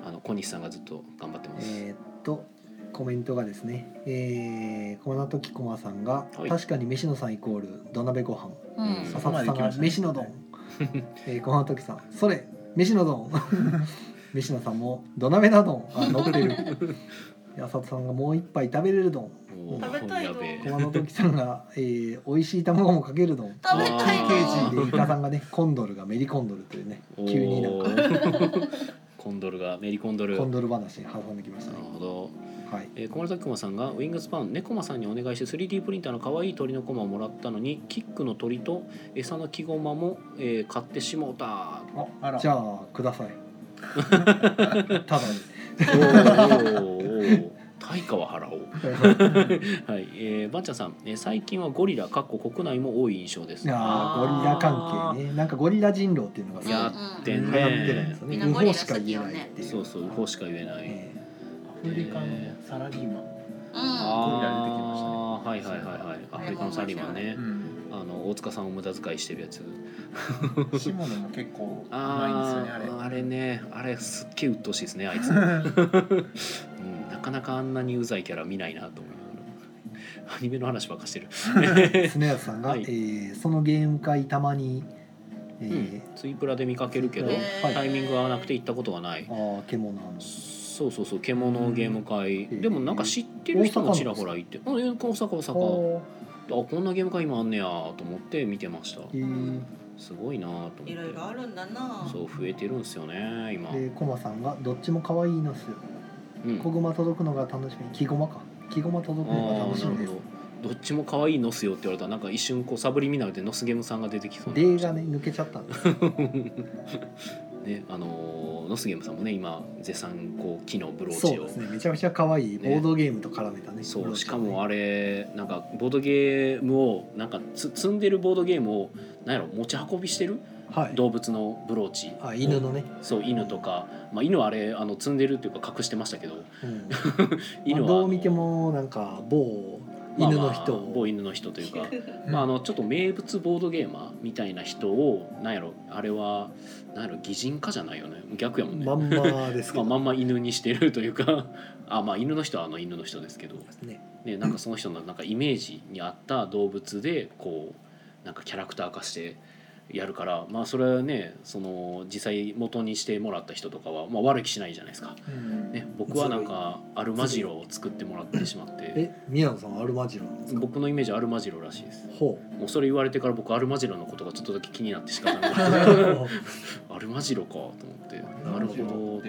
あの小西さんがずっと頑張ってますえーっとコメントがですね、えー、この時駒さんが、はい確かに飯野さんイコール土鍋ご飯ううんん浅草さんここまで行きがましたね飯野丼、 えー、この時さんそれ飯野丼 飯野さんも土鍋だ丼あ乗って る浅草さんがもう一杯食べれる丼おー食べたいやよべえ駒の時さんが、えー、美味しい卵もかける丼食べたいあーのケージでイカさんがねコンドルがメリコンドルというねおー急になんか コンドルがメリコンドルコンドル話に挟んできましたなねるほど、はいえー、小丸崎駒さんがウィングスパン猫マさんにお願いして 3D プリンターの可愛い鳥のコマをもらったのにキックの鳥と餌の木駒も、えー買ってしもうたああらじゃあください ただにおーおーおー対価は払おうはい、えー、ばんちゃんさん、えー最近はゴリラかっこ国内も多い印象です。あーゴリラ関係ねなんかゴリラ人狼っていうのがすごいやってんね流行ってるんですよねみんな無ゴリ法ラしか言えないっていうそうそう、ウホしか言えない。えアフリカのサラリーマン、うんああゴはリいラ出てきましたはねいはいはいアフリカのサリマンねうん、あの大塚さんを無駄遣いしてるやつシモノも結構うまあいんですよねあれああれねあれすっげえ鬱陶しいですねあいつ、うん、なかなかあんなにうざいキャラ見ないなと思うアニメの話ばっかしてる、常安さんが、はいえーそのゲーム会たまに、えうんー、ツイプラで見かけるけどへータイミング合わなくて行ったことがないああ獣なのそうそうそう獣ゲーム会、うんでもなんか知ってる人もちらほらいてうん大阪大阪あこんなゲーム会今あんねやと思って見てましたえーすごいなと思っていろいろあるんだなそう増えてるんですよね今、でコマさんがどっちも可愛いのっすようん、小熊届くのが楽しみ木駒か木駒届くのがあ楽あしなるみほですどどっちも可愛いのすよって言われたらなんか一瞬こうサブリミナルでノスゲムさんが出てきそうな例がね抜けちゃったんですねあのーノスゲムさんもね今絶賛こう木のブローそチうをですねめちゃめちゃ可愛いボねードゲームと絡めたねそうブローしチかがもねあれなんかボードゲームをなんかつ積んでるボードゲームをなんやろ持ち運びしてるはい動物のブローチあ犬のね、そう犬とか、まあ、犬はあれあの積んでるっていうか隠してましたけどうん 犬まはあ、どう見てもなんか某まあ犬の人まあ某を犬の人というかまあ、あのちょっと名物ボードゲーマーみたいな人をなんやろあれはなんやろ擬人化じゃないよね逆やもんね、まんまです けまあ、ど、まんま犬にしてるというか あまあ犬の人はあの犬の人ですけど、ねね、なんかその人のなんかイメージに合った動物でこうなんかキャラクター化してやるからまあそれはねその実際元にしてもらった人とかは、まあ、悪い気しないじゃないですか、うんね、僕はなんかアルマジロを作ってもらってしまってえ宮野さんはアルマジロなんですか僕のイメージはアルマジロらしいです。ほうもうそれ言われてから僕アルマジロのことがちょっとだけ気になって仕方ないあ アルマジロかと思ってななるるほほどど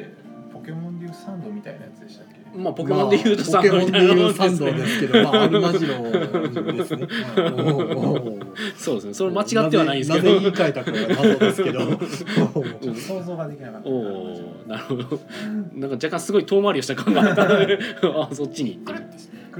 ポケモンでいうサンドみたいなやつでしたっけ、ま あポケモンで言うとサンドみたいなポケモもんンで言うサでンすドでねすけど、まあ、アルマジロですねおうんうおうおうそうですね それ間違ってはないんですけなぜど言い換えたかが謎です けどちょっと想像ができなかったおおーなるほどなんか若干すごい遠回りをした感があったの であそっちに行ってる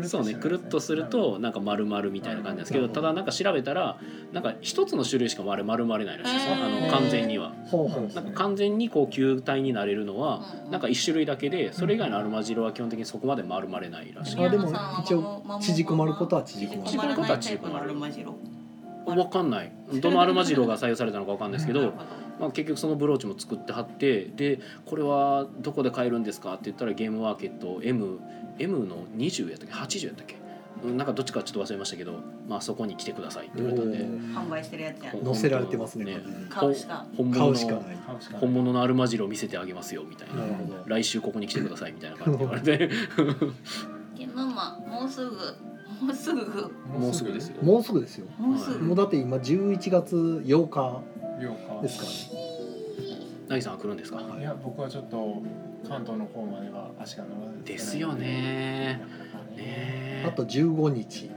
そうねくるっとするとなんか丸々みたいな感じなんですけどただなんか調べたらなんか一つの種類しかあれ丸々れないらしいですよへあーの完全にはほうほうなんか完全にこう球体になれるのはなんか一種類だけでそれ以外のアルマジロは基本的にそこまで丸々れないらしいあでも一応縮こまることは縮こまる縮こまらないタイプのアルマジロわかんないどのアルマジロが採用されたのかわかんないですけなどるほまあ、結局そのブローチも作ってはってでこれはどこで買えるんですかって言ったらゲームマーケット MM の20やったっけ80やったっけうんなんかどっちかちょっと忘れましたけど、まあ、そこに来てくださいって言われたんでど販売してるやつやこ乗せられてますねね買うしか本買物うしかのない買うしかない本物のアルマジロを見せてあげますよみたいななるほど来週ここに来てくださいみたいな感じで言われてゲママもうすぐもうすぐ もうすぐですよもうすぐですよもうすぐもうだって今11月8日了解ですからね凪さんは来るんですかいや僕はちょっと関東の方までは足が伸ばせてないんですよねなかなかねねあと15日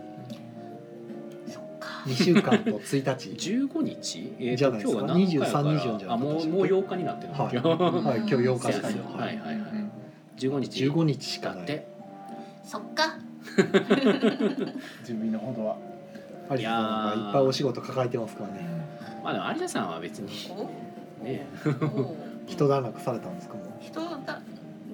そっか2週間と1 日15日、えーとじゃないですか今日は何日やから23 24じあゃなかったもでうしたっけもう8日になってるんだはい今日はい今日8日ですそうねですよはいはいはいうん15日15日しかだなっいてそっか準備のほどは有田さんはいっぱいお仕事抱えてますからねまあでも有田さんは別におねお一段落されたんですかもう人だ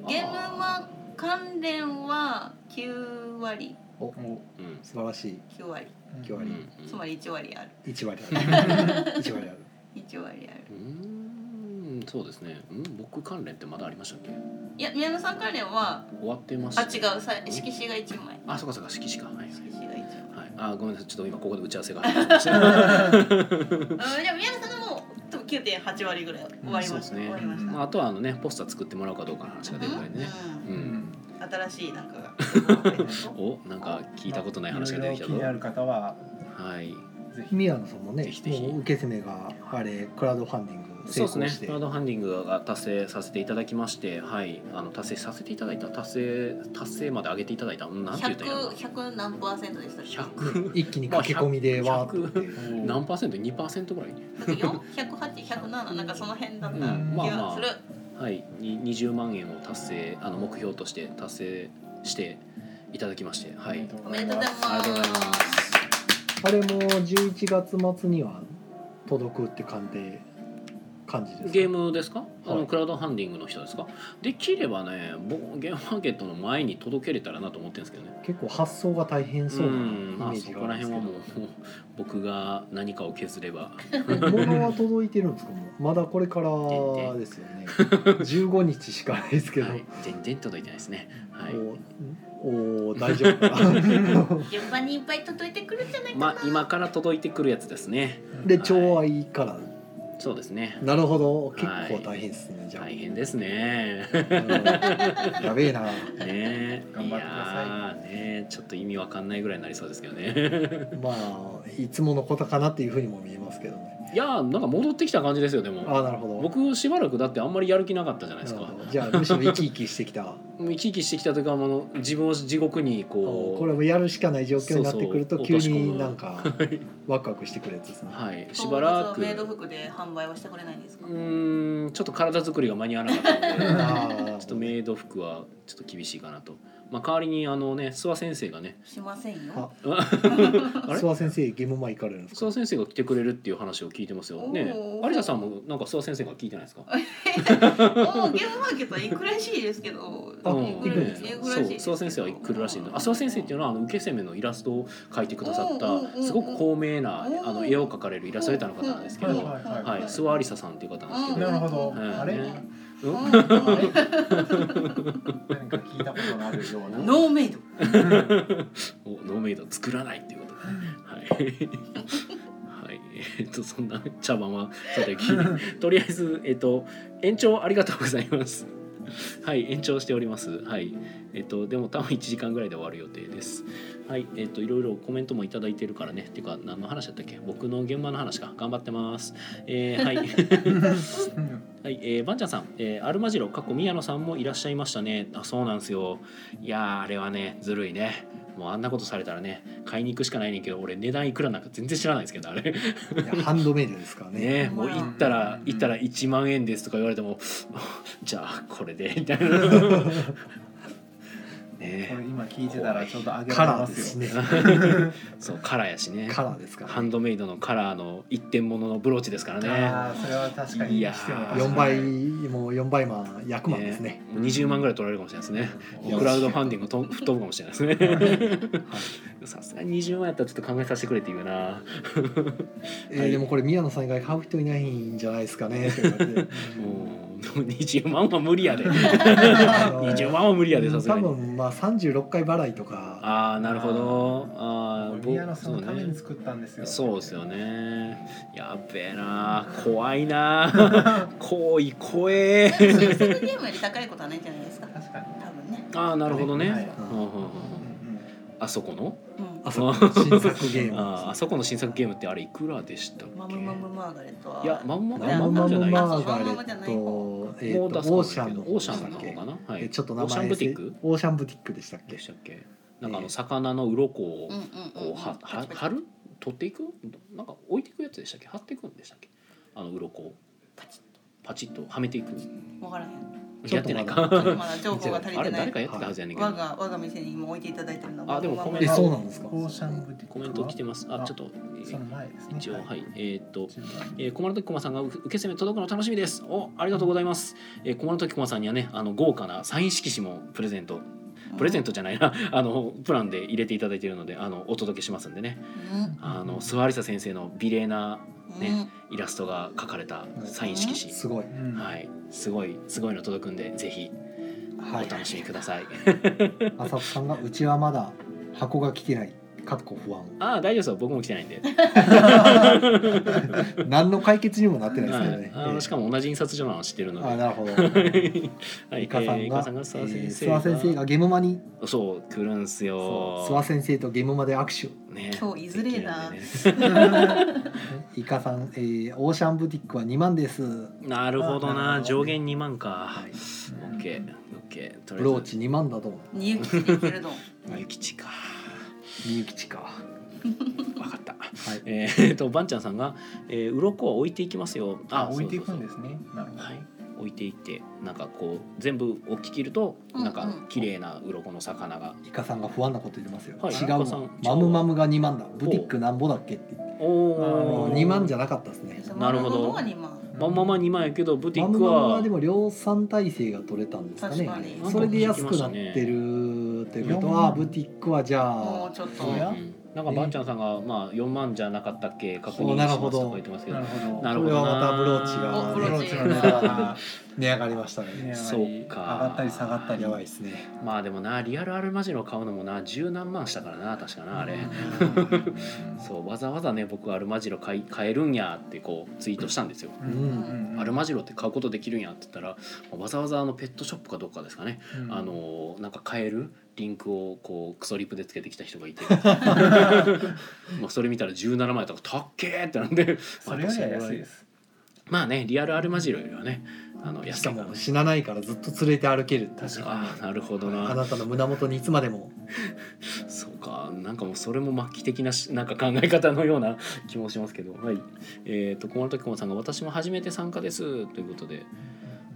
ゲームマ関連は9割もうん素晴らしい9割う今う日んつまり1割ある1割あ る1割ある1割あるうんうんそうですねうん僕関連ってまだありましたっけいや宮野さん関連は終わってましあた違うさ色紙が1枚あそうかそうか式しかはいはい色紙が1枚はいあごめんなさいちょっと今ここで打ち合わせが入ってま したうんじゃあ宮野さんのも多分9.8割ぐらい終わりそうまでしすたね終わりましまああとはあのねポスター作ってもらうかどうかの話が出るぐらいでねたううんんうん新しいなんかがおなんか聞いたことない話が出てきたいろいろ気にぞなる方ははいぜひ宮野さんもねぜひぜひもう受け攻めがあれクラウドファンディングそう成です功ねしてクラウドファンディングが達成させていただきましてはいあの達成させていただいた達成達成まで上げていただいたうんなんて言ったらいいの 100, 100何パーセントでしたっけ100一気に駆け込みでわーっとって何パーセント2パーセントぐらい400108なんかその辺だった気うんまあまがあする、はいに20万円を達成あの目標として達成していただきましてはいありおめでとうございますがとうございますあれも11月末には届くって鑑定感じですゲームですか、あはのいクラウドファンディングの人ですかできればねぼゲームマーケットの前に届けれたらなと思ってるんですけどね結構発想が大変そうなイんまあメーそジこがあらるんです辺けはどもう 僕が何かを削れば物は届いてるんですかもうまだこれからですよ ね15日しかないですけど、はい、全然届いてないですねはいおおー大丈夫か な順番にいっぱい届いてくるんじゃないかな、まあ今から届いてくるやつですねで調愛からそうですねなるほど結構大変ですね、じゃあ、大変です ねうんやべえなね頑張ってくださいやーねちょっと意味わかんないぐらいになりそうですけどね まあいつものことかなっていうふうにも見えますけどねいやーなんか戻ってきた感じですよでもああなるほど僕しばらくだってあんまりやる気なかったじゃないですなかるほどじゃあむしろ生き生きしてきたもう生き生きしてきたというかあの自分を地獄にこうこれもやるしかない状況になってくるとそうそう落とし急込むになんかワクワクしてくるやつですねはいしばらくメイド服で販売はしてくれないんですか、うーんちょっと体作りが間に合わなかったので ああちょっとメイド服はちょっと厳しいかなと、まあ、代わりにあのね諏訪先生がねしませんあよあれ諏訪先生ゲーム前行かれるんです諏か訪先生が来てくれるっていう話を聞いてますよねおー有田さんもなんか諏訪先生が聞いてないですかおーゲームマーケットは行くらしいですけどあうん行くんですか行くらしそうい諏訪先ですけど生は来るらしいんだあ諏訪先生っていうのはあの受け攻めのイラストを描いてくださっうんうんうんうたんすごく高名なうんあの絵を描かれるイラストレーターの方なんですけど、うんうんははいい諏訪有沙さんっていう方なんですけど、なるほどはいあれねうんうんあれ 何か聞いたことのあるような。ノーメイ ドおノーメイド作らないっていうことでねはい、 はい、えっとそんな茶番はさておきとりあえずえっと延長ありがとうございますはい延長しておりますはいえっとでも多分1時間ぐらいで終わる予定ですはいえっといろいろコメントも頂いただいてるからねてか何の話だったっけ僕の現場の話か頑張ってますえー、はいはい、えー、ばんちゃんさん、えー、アルマジロ、過去宮野さんもいらっしゃいましたね。あ、そうなんですよ。いやー、あれはね、ずるいね。もうあんなことされたらね、買いに行くしかないねんけど、俺値段いくらなんか全然知らないですけど、あ れ。いやハンドメイドですからねね、もう行ったら、うん行ったら1万円ですとか言われても、 じゃあ、これで、みたいな。これね今聞いてたらちょっと上げカられラまーですすよ。ねそう、カラーやしね。カラーですから、ハンドメイドのカラーの一点物のブローチですからね。ああそれは確かにいやーしてもらえます4倍もう4倍マン役満ですねもう20万ぐらい取られるかもしれないですね。いややクラウドファンディング と吹っ飛ぶかもしれないですね。さすがに20万やったらちょっと考えさせてくれって言うな。えーでもこれ宮野さん以外買う人いないんじゃないですか ねって言われてもうでも20万は無理やで。あの20万は無理やでさす多がに。分まあ36回払いとかああなるほど。ああ宮野さんのためにね。作ったんですよ。そうですよ。ね。やっべえな。怖いな。 怖い怖え。新作ゲームより高いことはないんじゃないですか確かに。多分ねああなるほどはねい。うんうんうんうんあそこのうんあそこの新作ゲームあーあそこの新作ゲームってあれいくらでしたっマけムマムマーガレットはいやマムマムマママじゃないマあーガレママじゃッない方ト,、えー、ともうオー出すシかャもンのオーシでャしたンのっ方けかな。はえい。ちょっと名オーシャ前ンブティックオーシャンブティックでしたっけでしたっけなんかあの魚の鱗をうんうんうんこうはは貼る取っていくなんか置いていくやつでしたっけ貼っていくんでしたっけあの鱗をパチッとパチッとはめていくわからへんちょやっってとないまだかまだ 情報が 足りあてれな誰いかやってたはずやねんけど我が我が店に今置いていただいてるのあでもコメントえそうなんですかオーシャンブティックコメント来てますあちょっとえーその前ですね。一応はいえーっと順番に。えー、駒の時駒さんが受受け攻め届くの楽しみですおありがとうございます、えー、駒の時駒さんにはねあの豪華なサイン色紙もプレゼントプレゼント、トじゃない なあのプランで入れていただいているのであのお届けしますんでねうんあの諏訪有沙先生の美麗なうんねイラストが描かれたサイン色紙、すごいうんはいすごいすごいの届くんでぜひおはい楽しみください 浅田さんがうちはまだ箱が来てないかっこ不安ああ大丈夫ですよ僕も来てないんで、何の解決にもなってないですはけどいね、あのしかも同じ印刷所なの知ってるのえーあでなるほど はいイカさんえーイがカさんがえ諏訪ー先生諏訪先生がゲムマにそう来るんすよ諏訪先生とゲムマで握手ね、今日いずれなできイカさん、えーオーシャンブティックは2万でするんでね なるほどあななるほど上限2万かはい OKOK、OK とブりロあーえずチ2万だとにゆきちできるのみゆきちかみゆきちかはわかったいえー、とばんちゃんさんが、えー、鱗は置いていきますよあ置いていくんそうそうですね。なるほど。はいそう置いていってなんかこう全部大きく切るとなんうかんうん綺麗な鱗の魚が、イカさんが不安なこと言ってますよ、はい違うイカさんのマムマムが2万だブティッほうクなんぼだっけって言っておあもおう2万じゃなかったですね なるほどマムマムは二万まんまま2万やけどブティマッムクマムははでも量産体制が取れたんですかね確かにそれで安くなってるっていうことはうんブティックはじゃもあうちょっとそうやうんなんかばんちゃんさんが、まあ4万じゃなかったっけ確認おしなまるすとほどか言ってますけどなるほどなるこほれどはまたアプローチおアプロがーねチアプローチの値段が値上がりました値上がねりそうか上がったり下がったりやばいですねまあでもなリアルアルマジロ買うのもな十何万したからな確かなあれ、そうわざわざね僕アルマジロ買い買えるんやってこうツイートしたんですよ、うアルマジロって買うことできるんやって言ったらわざわざあのペットショップかどっかですかね、うんあのなんか買えるリンクをこうクソリップでつけてきた人がい てまあそれ見たら17万円とか高っけーってなんでそれよりは安いですまあねリアルアルマジロよりはねあのし安かいからもね死なないからずっと連れて歩けるって確かああなるほどあななたの胸元にいつまでもそうかなんかもうそれも末期的なしなんか考え方のような気もしますけどはいえっ、と小丸時駒さんが「私も初めて参加です」ということで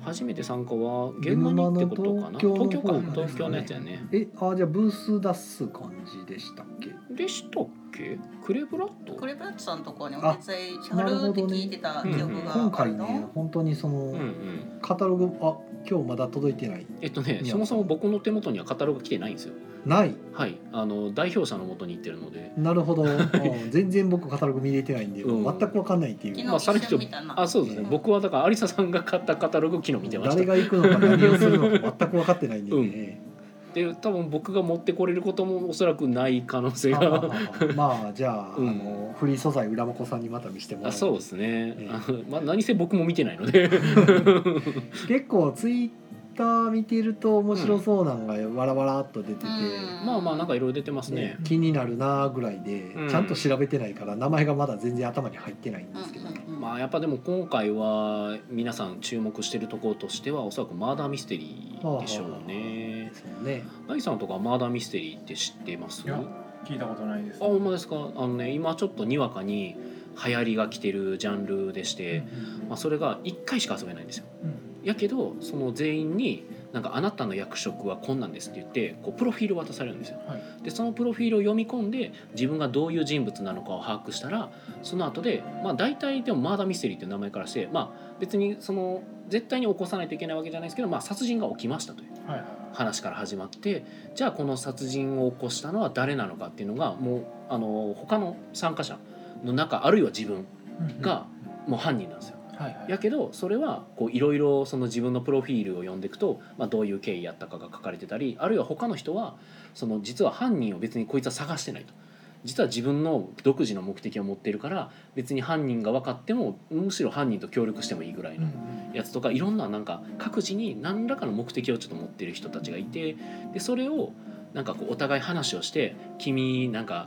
初めて参加は現場にってことかな現場の東京東京かの方東京のやつやねえあじゃあブース出す感じでしたっけでしたっけクレブラットクレプラットさんとこにお手伝いしはあなるるほってどね聞いてた記憶が今あ回るねの本当にその、うんうんカタログあ今日まだ届いてないえっとねいやそもそも僕の手元にはカタログが来てないんですよないはいあの代表者の元に行ってるのでなる ほど、うん全然僕カタログ見れてないんで、うん全くわかんないっていうまあさ昨れ日る一人緒に見たなあそうですねうん僕はだから有沙さんが買ったカタログを昨日見てました誰が行くのか何をするのか全く分かってないんでね、で多分僕が持ってこれることもおそらくない可能性はあはがあはあまあじゃあ,、うんあのフリー素材裏もこさんにまた見せてもらあうそうですね、ええあのまあ、何せ僕も見てないので結構ツイッター見てると面白そうなんがわらわらっと出てて、まあまあなんかいろいろ出てますねね気になるなぐらいで、うんちゃんと調べてないから名前がまだ全然頭に入ってないんですけど、まあやっぱでも今回は皆さん注目してるところとしてはおそらくマーダーミステリーでしょうねそうね大さんとかマーダーミステリーって知ってますいや聞いたことないですあほんまですかあのね今ちょっとにわかに流行りが来てるジャンルでして、まあ、それが1回しか遊べないんですよやけどその全員になんか「あなたの役職はこんなんです」って言ってこうプロフィールを渡されるんですよ。はいでそのプロフィールを読み込んで自分がどういう人物なのかを把握したらその後でまあ大体でもマーダーミステリーっていう名前からしてまあ別にその絶対に起こさないといけないわけじゃないですけど、まあ、殺人が起きましたというはい話から始まってじゃあこの殺人を起こしたのは誰なのかっていうのがもうあの他の参加者の中あるいは自分がもう犯人なんですよ。はいはいやけどそれはこういろいろその自分のプロフィールを読んでいくと、まあ、どういう経緯やったかが書かれてたりあるいは他の人はその実は犯人を別にこいつは探してないと実は自分の独自の目的を持ってるから別に犯人が分かってもむしろ犯人と協力してもいいぐらいのやつとかいろんななんか各自に何らかの目的をちょっと持ってる人たちがいてでそれをなんかこうお互い話をして「君なんか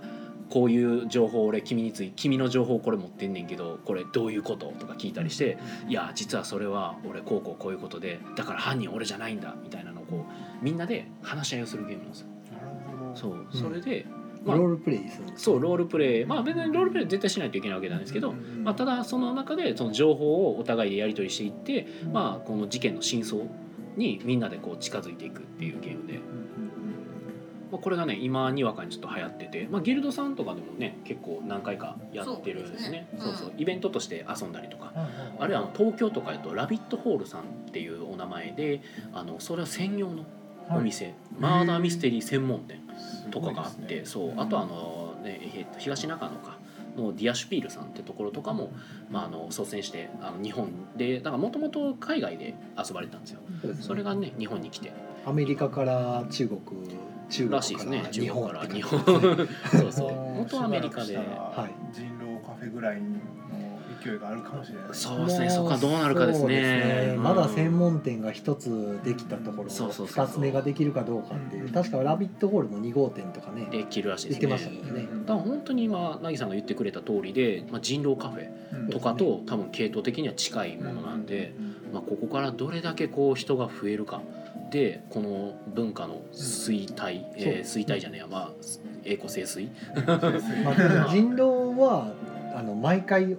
こういう情報俺君について君の情報これ持ってんねんけどこれどういうこと?」とか聞いたりして「いや実はそれは俺こうこうこういうことでだから犯人俺じゃないんだ」みたいなのをこうみんなで話し合いをするゲームなんですよ。そうそれで、まあロールプレイするんですそうロールプレイまあ別にロールプレイ絶対しないといけないわけなんですけど、まあ、ただその中でその情報をお互いでやり取りしていって、まあ、この事件の真相にみんなでこう近づいていくっていうゲームで、まあ、これがね今にわかにちょっと流行ってて、まあ、ギルドさんとかでもね結構何回かやってるんですねそそううですねそううイベントとして遊んだりとか。ああるいはあの東京とかやとラビットホールさんっていうお名前であのそれは専用のお店、マーダーミステリー専門店とかがあって、そうあとあの、ね、えっと東中野かのディアシュピールさんってところとかも、まあ、あの率先してあの日本でだからもともと海外で遊ばれてたんですよそうですねそれがね日本に来てアメリカから中国中ら国しいででかすねら中日国本かっらて日感本じですね そう そう元はアメリカではい人狼カフェぐらいの勢いがあるかもしれないですそうですねそこはどうなるかですねそううんまだ専門店が一つできたところそうそうそうそう二つ目ができるかどうかっていううん確か「ラビットホール」の2号店とかねできるらしい言でっすてねましたもんねうんだから本当に今凪さんが言ってくれた通りで、まあ、人狼カフェとかと多分系統的には近いものなんで、まあ、ここからどれだけこう人が増えるかでこの文化の衰退、えー衰退じゃねえや、まあ、栄枯盛衰まあでも人狼はあの毎回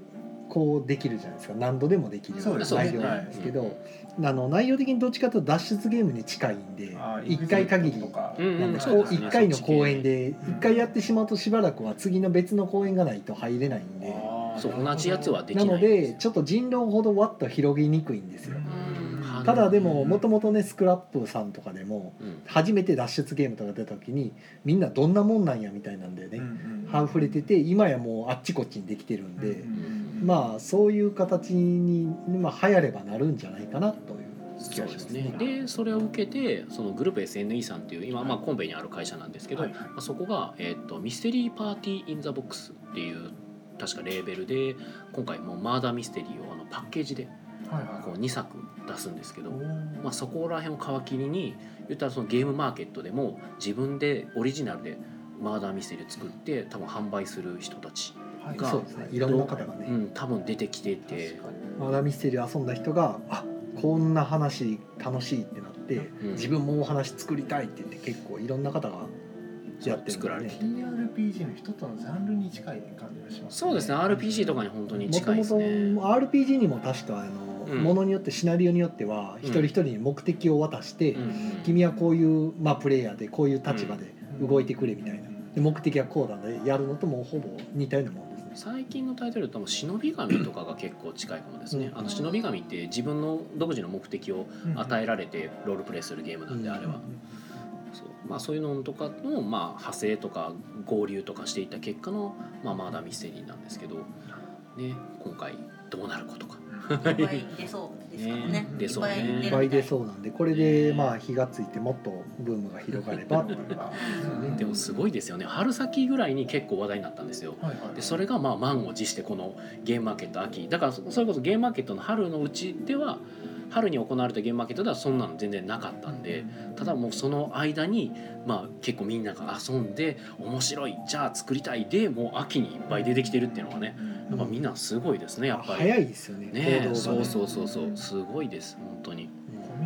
こうできるじゃないですか何度でもできるそうですね内容なんですけど、あの内容的にどっちかというと脱出ゲームに近いんで1回限りうんなんでそうこでうすね1回の公演でうん1回やってしまうとしばらくは次の別の公演がないと入れないんであーそう同じやつはできなないのでちょっと人狼ほどわっと広げにくいんですようんただでももともとねスクラップさんとかでもうん初めて脱出ゲームとか出た時にみんなどんなもんなんやみたいなんだよね半触れてて今やもうあっちこっちにできてるんでまあそういう形に、まあ、流行ればなるんじゃないかなという気そがうしでますすねね。でそれを受けてそのグループ SNE さんっていう今、まあ、コンベにある会社なんですけど、はいまあそこが、えっとミステリーパーティー・イン・ザ・ボックスっていう確かレーベルで今回もうマーダーミステリーをあのパッケージではいはいこう2作出すんですけど、おまあ、そこら辺を皮切りに言ったらそのゲームマーケットでも自分でオリジナルでマーダーミステリーを作って多分販売する人たち、ーはいがそうですねいろんな方がうね、ん、多分出てきてて、マダミステリー遊んだ人があこんな話楽しいってなってうん自分もお話作りたいって言って結構いろんな方がやってるん作らでれてねる。 TRPG の一つのジャンルに近い感じがしますそうですね RPG とかに本当にもと近いもでとすね。 RPG にも確かあの、うんものによってシナリオによっては一人一人に目的を渡して、うんうん君はこういう、まあ、プレイヤーでこういう立場で動いてくれみたいな、で目的はこうなんでやるのともうほぼ似たようなもんですね。最近のタイトルとも忍び神とかが結構近いかもですね、うんあの忍び神って自分の独自の目的を与えられてロールプレイするゲームなんでうんあれは、そうまあ、そういうのとかの、まあ、派生とか合流とかしていった結果の、まあ、マーダーミステリーなんですけど、ね、今回どうなることか、いっぱい出そうですからねね。出そうねいっぱいい出っぱい出るみたい。そうなんでこれでまあ火がついてもっとブームが広がれ ばっていううんでもすごいですよね春先ぐらいに結構話題になったんですよはいはいでそれがまあ満を持してこのゲームマーケット秋だからそそれこそゲームマーケットの春のうちでは春に行われたゲームマーケットではそんなの全然なかったんでただもうその間にまあ結構みんなが遊んで面白いじゃあ作りたいでもう秋にいっぱい出てきてるっていうのがねやっぱみんなすごいですねやっぱり。早いですよねね行動がそねうそうそうそうすごいです本当に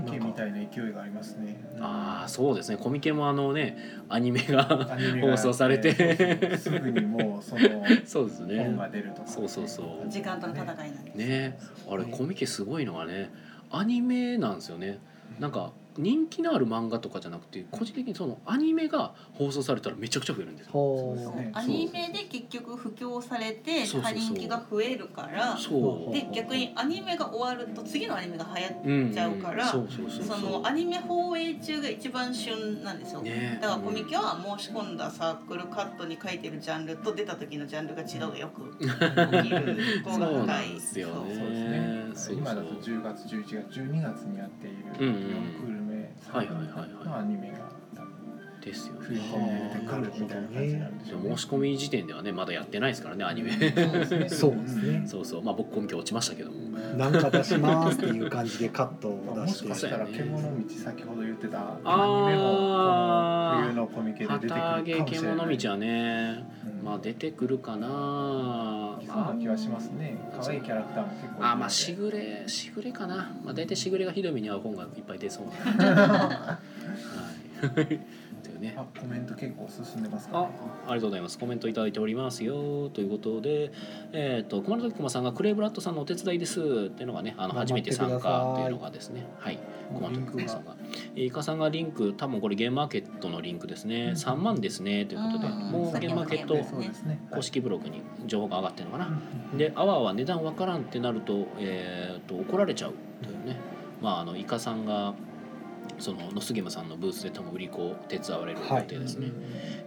コミケみたいいな勢いがありますねああそうですねコミケもあのねアニメが アニメがや放って送されてすぐにもうそのそうです本ねが出るとかそうそうそう時間との戦いなんです。ねあれはいコミケすごいのがねアニメなんですよねなんか人気のある漫画とかじゃなくて個人的にそのアニメが放送されたらめちゃくちゃ増えるんですよほそううですねアニメで結局布教されてそうそうそう他人気が増えるからそうで逆にアニメが終わると次のアニメが流行っうんちゃうからそうそうそうそのアニメ放映中が一番旬なんですよ、ねだからコミケは申し込んだサークルカットに書いてるジャンルと出た時のジャンルが違うがよく起きるそ傾向うがな高んいですよねそうですねそうそう今だと10月11月12月にやっているうんうん4クール目はいはいはいのはいアニメが多分ですよ冬ねに出てくるみたいな感じなんでしょうね申し込み時点ではねまだやってないですからねアニメそうですねそうそうまあ僕コミケ落ちましたけどもなんか出しますっていう感じでカットまあをも出しかししてたら獣道先ほど言ってたアニメあーもこの冬のコミケで出てくるか旗揚もしげれな獣い道はねうんまあ出てくるかな来そうまな気はしますねあ可愛いキャラクターも結構いるのでああまあしぐれしぐれかな、まあ、大体しぐれがひどい目に遭う本がいっぱい出そうなん ではい というねあコメント結構進んでますかあねありがとうございますコメントいただいておりますよということで、えー、と熊野時駒さんがクレイブラッドさんのお手伝いですっていうのがねあの頑初張ってめて参加くださいっていうのがですねはい駒リ野ン時ク駒さがんがイカさんがリンク多分これゲームマーケットのリンクですね、うん3万ですねということで、うんもうゲームマーケットそうですね公式ブログに情報が上がってるのかな、うんでアワーは値段わからんってなると,、えー、と怒られちゃうというね、まああのイカさんがそのノスゲムさんのブースで多分売り子を手伝われる予定ですね、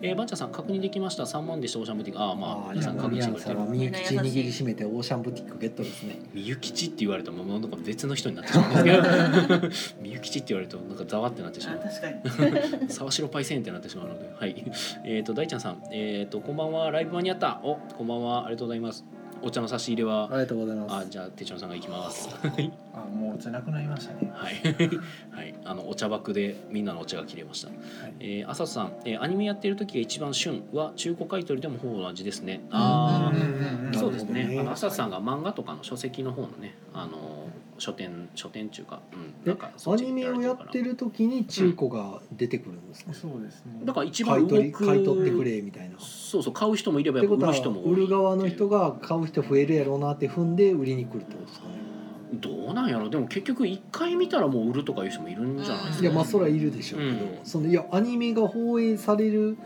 えー、バンチャさん確認できました3万でしたオーシャンブティックああまあああ皆じさゃんあ確認して宮くれ野さてんるは身内握りしめてオーシャンブティックゲットですねみゆきちって言われるともうなんか別の人になってしまうんですけどみゆきちって言われるとなんかざわってなってしまあう確かに沢城パイセンってなってしまうので、はい。えっ、と、大ちゃんさん、えっ、と、こんばんは、ライブ間に合った。お、こんばんは、ありがとうございます。お茶の差し入れあは、りがとうございまあ、すじゃあ、手帳さんが行きます。あもうじゃなくなりましたねはい、 はい、あのお茶爆でみんなのお茶が切れました。えー、浅田さん、えー、アニメやってる時が一番旬は中古買い取りでもほぼ同じですね。あうんあ、うんうんそうですなるほね。どあの浅田さんが漫画とかの書籍の方のね、あの書店書店中か、うん、えなんかそアちニメをやってられるる時に中古が出てくるんですかそうですねから。だから一買番い取動りく買い取ってくれみたいなっそうそう買う人もいればやてっぱ売ことはる人も多い売る側の人がが買う人増えるやろうなって踏んで売りに来るってことですかねどうなんやろでも結局一回見たらもう売るとかいう人もいるんじゃないですいか。やまあそれはいるでしょうけど、うんそのいやアニメが放映されるうん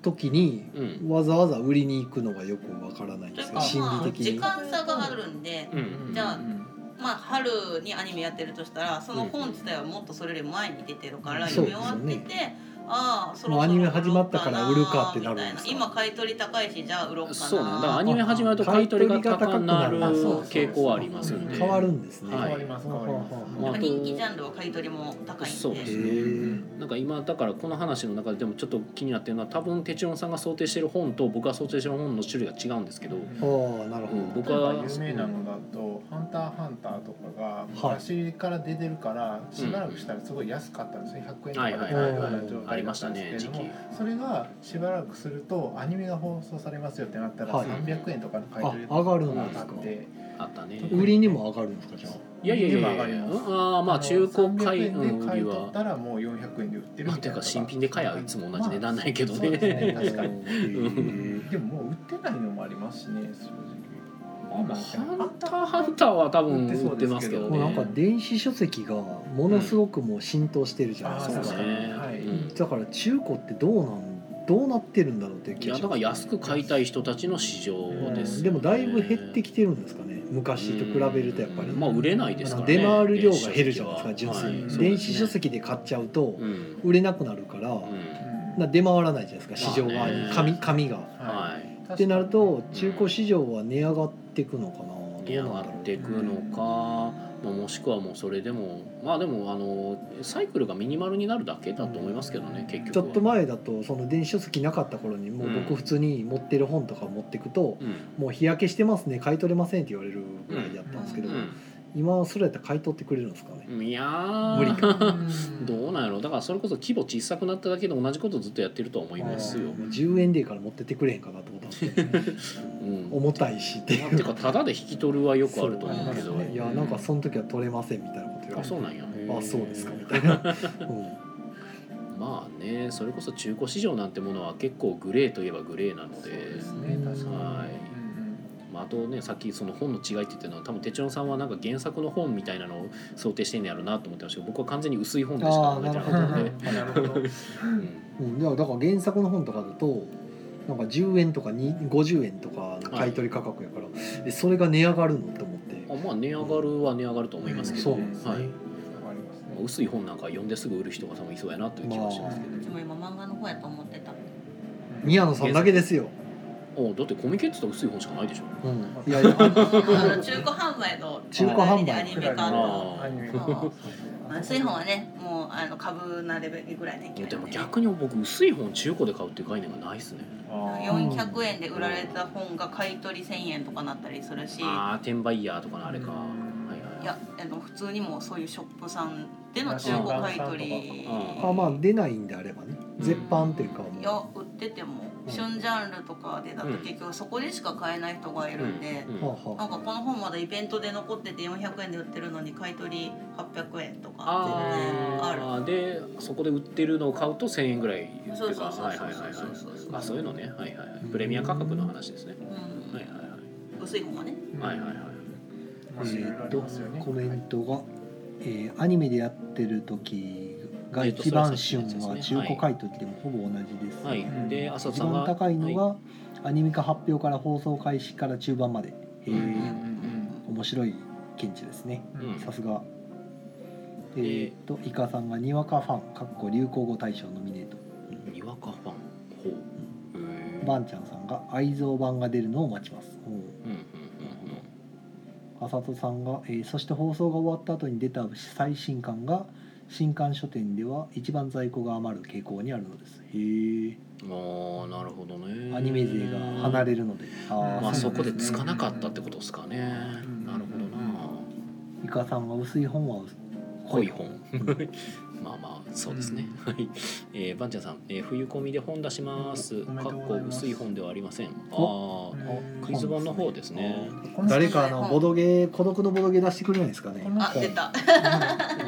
時にうんわざわざ売りに行くのがよくわからないんでというすかね心まあ理的時に。間差があるんで、うんじゃあうんまあ、春にアニメやってるとしたらその本自体はもっとそれより前に出てるからそう読でみすよね終わってて、ああそろそろもうアニメ始まったから売るかってなるんみですたかい今買い取り高いしじゃあ売ろうかなそうなんだだからアニメ始まると買い取りが高くなる傾向はありますんで変わるんですね。はい変わります変わりまはすあはあまああと人気ジャンルは買い取りも高いんでそうでへすえ。なんか今だからこの話の中ででもちょっと気になってるのは多分テチロンさんが想定してる本と僕が想定してる本の種類が違うんですけど、うんああなるうほん、僕例えばは有名なのだと「ハンターハンター」とかが昔から出てるからしばらくしたらすごい安かったんですね100円とかで買えるような状あり態だまっしたたんでねす時け期れどもそれがしばらくするとアニメが放送されますよってなったらはい300円とかの買いど。あ取り上がるうんんですなかっ。てあったね売りにも上がるんですかじゃいやいやいや上がりますうんああまあ中古買い300円ので売買りい取っはたらもう400円で売ってるまあみていたいうなか新品で買えばいつも同じ値段ないけどまあそうですねねあ。確かにに。へえでももう売ってないのもありますしね正まあ直まあハンターハンターは多分売ってますけどもうなんかね電子書籍がものすごくもう浸透してるじゃないうんであーすそうかで。すねはいうんだから中古ってどうなんどうなってるんだろうっていうい気がやしだからま安く買いたい人たちの市場ですよねす。でもだいぶ減ってきてるんですかね。昔と比べるとやっぱり。うんまあ売れないですからね出回る量が減るじゃないですか純粋はに、いそうですね電子書籍で買っちゃうとうん売れなくなるから,、うんな出回らないじゃないですか市場まあ側ねに紙紙が。はいってなると中古市市場は値上がっていくのかなどうなんだ値上ろうがっていくのか、まあもしくはもうそれでもまあでもあのサイクルがミニマルになるだけだと思いますけどね結局ちょはっと前だとその電子書籍なかった頃にもううん僕普通に持ってる本とか持ってくとうん「もう日焼けしてますね買い取れません」って言われるぐらいだったんですけど、今はそれやったら買い取ってくれるんですかね、うんいやー無理かどうなんやろだからそれこそ規模小さくなっただけで同じことずっとやってるとは思いますよあー、もう10円でいいから持ってってくれへんかなと思ったんですけど、ね、うん、重たいしっていうてかただで引き取る はよくあると思うけそどうですねいやなんかその時は取れませんみたいなこと言わあれそうてなんやあそうですかみたい な、うんまあねそれこそ中古市場なんてものは結構グレーといえばグレーなのでね確かにはいまあ、あとねさっきその本の違いって言ってたのは多分哲郎さんはなんか原作の本みたいなのを想定してんのやろうなと思ってましたけど僕は完全に薄い本でしか考えてなかったので、うんなるほどうんうん、だからだから原作の本とかだとなんか10円とかに50円とかの買い取り価格やから、えそれが値上がるのって思ってあまあ値上がるは値上がると思いますけど、そうなんですねはいありますね薄い本なんか読んですぐ売る人が多分いそうやなという気はしますけど、でも今漫画の方やと思ってた宮野さんだけですよ、おだってコミケって言ったら薄い本しかないでしょうん、いやい やあの中古販売の中古販売でアニメ化とあーアニメそうまあ薄い本はねもうあの株なレベルぐらいでいけるでも逆に僕薄い本を中古で買うっていう概念がないですねあ400円で売られた本が買い取り1000円とかなったりするしいああ転売ヤーとかのあれか、うんはいはいやあの普通にもうそういうショップさんでの中古買い取りうんあまあ出ないんであればね絶版っていうかいもや売ってても旬ジャンルとかでだと結局そこでしか買えない人がいるんでう、う、んはあはなんかこの本まだイベントで残ってて400円で売ってるのに買い取り800円とか全然あるああでそこで売ってるのを買うと1,000円ぐらいっていうかそうそうそうはいはいはいはいそうそうそうあそういうのねはいはいはいうんプレミア価格の話ですねうんはいはいは薄い本はねいはいはいはいあ面白いありますよえーねとコメントが、えーアニメでやってる時がえーと一番旬それはは中そうですね古買い取りでもほぼ同じです、はい、うんで浅田一さんが番高いのが、はアニメ化発表から放送開始から中盤まで、えーうん面白い見地ですねいうんさすがえーっとイカさんがにわかファンかっこ流行語大賞ノミネートにわかファンほうへえバンちゃんさんが愛蔵版が出るのを待ちますおうんうんうあさとさんが、えーそして放送が終わった後に出た最新刊が新刊書店では一番在庫が余る傾向にあるのですへうんうんああなるほどねえアニメ勢が離れるのであまああそそうこでつかなかったってことですかねなるほどなイカさんは薄い本は濃い本うんまあまあそうですね、はい、えー、ばんちゃんさん、えー、冬込みで本出しますおかめっでとうごこざいます薄い本ではありませんああクイズ本の方ですね誰かあのボドゲー孤独のボドゲー出してくれないですかねこ。のあ本出た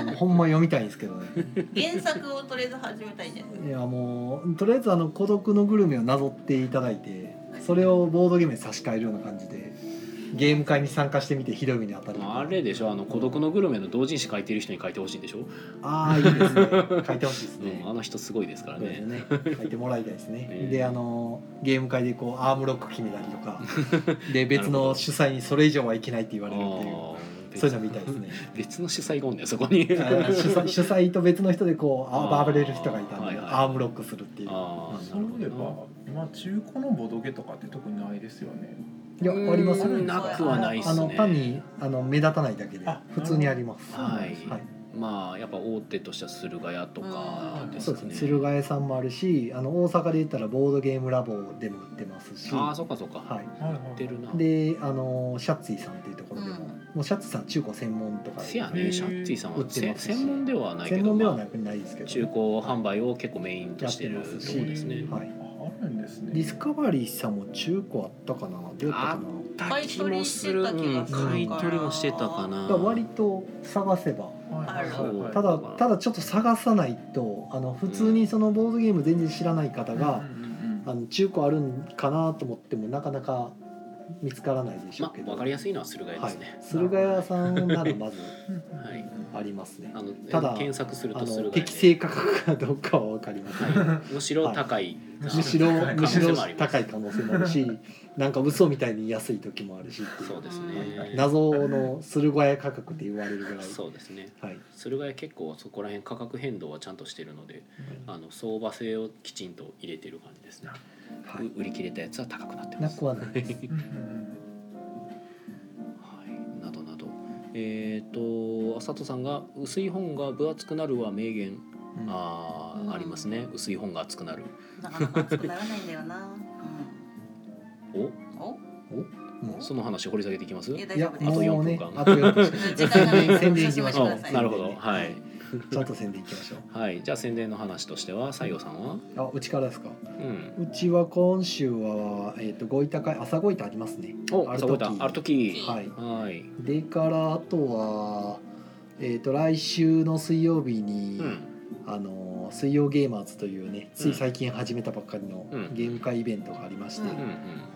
うんほんま読みたいんですけどね。原作をとりあえず始めたいんじゃないいやもうとりあえずあの孤独のグルメをなぞっていただいて、それをボードゲームに差し替えるような感じでゲーム会に参加してみてひどい目に当たるあれでしょあの孤独のグルメの同人誌書いてる人に書いてほしいんでしょ、ああいいですね書いてほしいですね うん、あの人すごいですからそうですねね書いてもらいたいで すね、ねであのゲーム会でこうアームロック決めたり とかでなる別ほどの主催にそれ以上はいけないって言われるっていうあーそういうの見たいです ね別の主催がおんだよそこにあー主催 主催と別の人でこうああーバーベれる人がいたんで、はいはいアームロックするっていうあーそういえばな今中古のボドゲとかって特にないですよねいやありますようーんなくはないっすねあの単にあの目立たないだけであ普通にありますはいはい まあやっぱ大手としては駿河屋とかですそうかですねね駿河屋さんもあるしあの大阪で言ったらボードゲームラボでも売ってますしああそっかそっか、は、はいはい売ってるないであのシャッツィさんっていうところでも,、うんもうシャッツィさん中古専門とかせやへねーシャッティさん売はってせますし専門ではないけ専ど門ではまなくないですけあど中古販売を結構メインとやしっててるまところすしですねはいああるんですねディスカバリーさんも中古あったかなどうやったかな買い取りしてた気がするから買い取りもしてたかなだから割と探せばはいはいはいはいただそうただちょっと探さないとあの普通にそのボードゲーム全然知らない方が、うんうんうんあの中古あるんかなと思ってもなかなか見つからないでしょまうけあど、わかりやすいのは駿河屋はでいすね、駿河屋さんならまずうんはいありますねあのただ検索するあと駿の河屋適正価格かどうかは分かりません、はい、むしろ高い、むしろはいむしろ可能性もあります高い可能性もあるしなんか嘘みたいに安い時もあるしっていうそうですねはい謎の駿河屋価格って言われるぐらいそうですねはい駿河屋結構そこら辺価格変動はちゃんとしてるのであの相場性をきちんと入れてる感じですね、はう売り切れたやつは高くなってい、なますくはないですうんうんはい、などなどえっ、と佐藤さんが「薄い本が分厚くなる」は名言、うんあーうんありますね薄い本が厚くなるなかなか熱くならないんだよな。おうん、お、うんその話掘り下げていきますいやい大丈や夫です。とも4分うね間あと4分しか時間がな いから宣伝いきましょうおなるほどはい、 ちゃんと宣伝いきましょうはい、じゃあ宣伝の話としては西郷さんはあうちからですかうんうちは今週は、えー、とごいた会朝ごいたありますねおああるそ時こだある時はいはいでからあとはえっ、と来週の水曜日に、うんあの水曜ゲーマーズというねつい最近始めたばっかりのうんゲーム会イベントがありまして、うん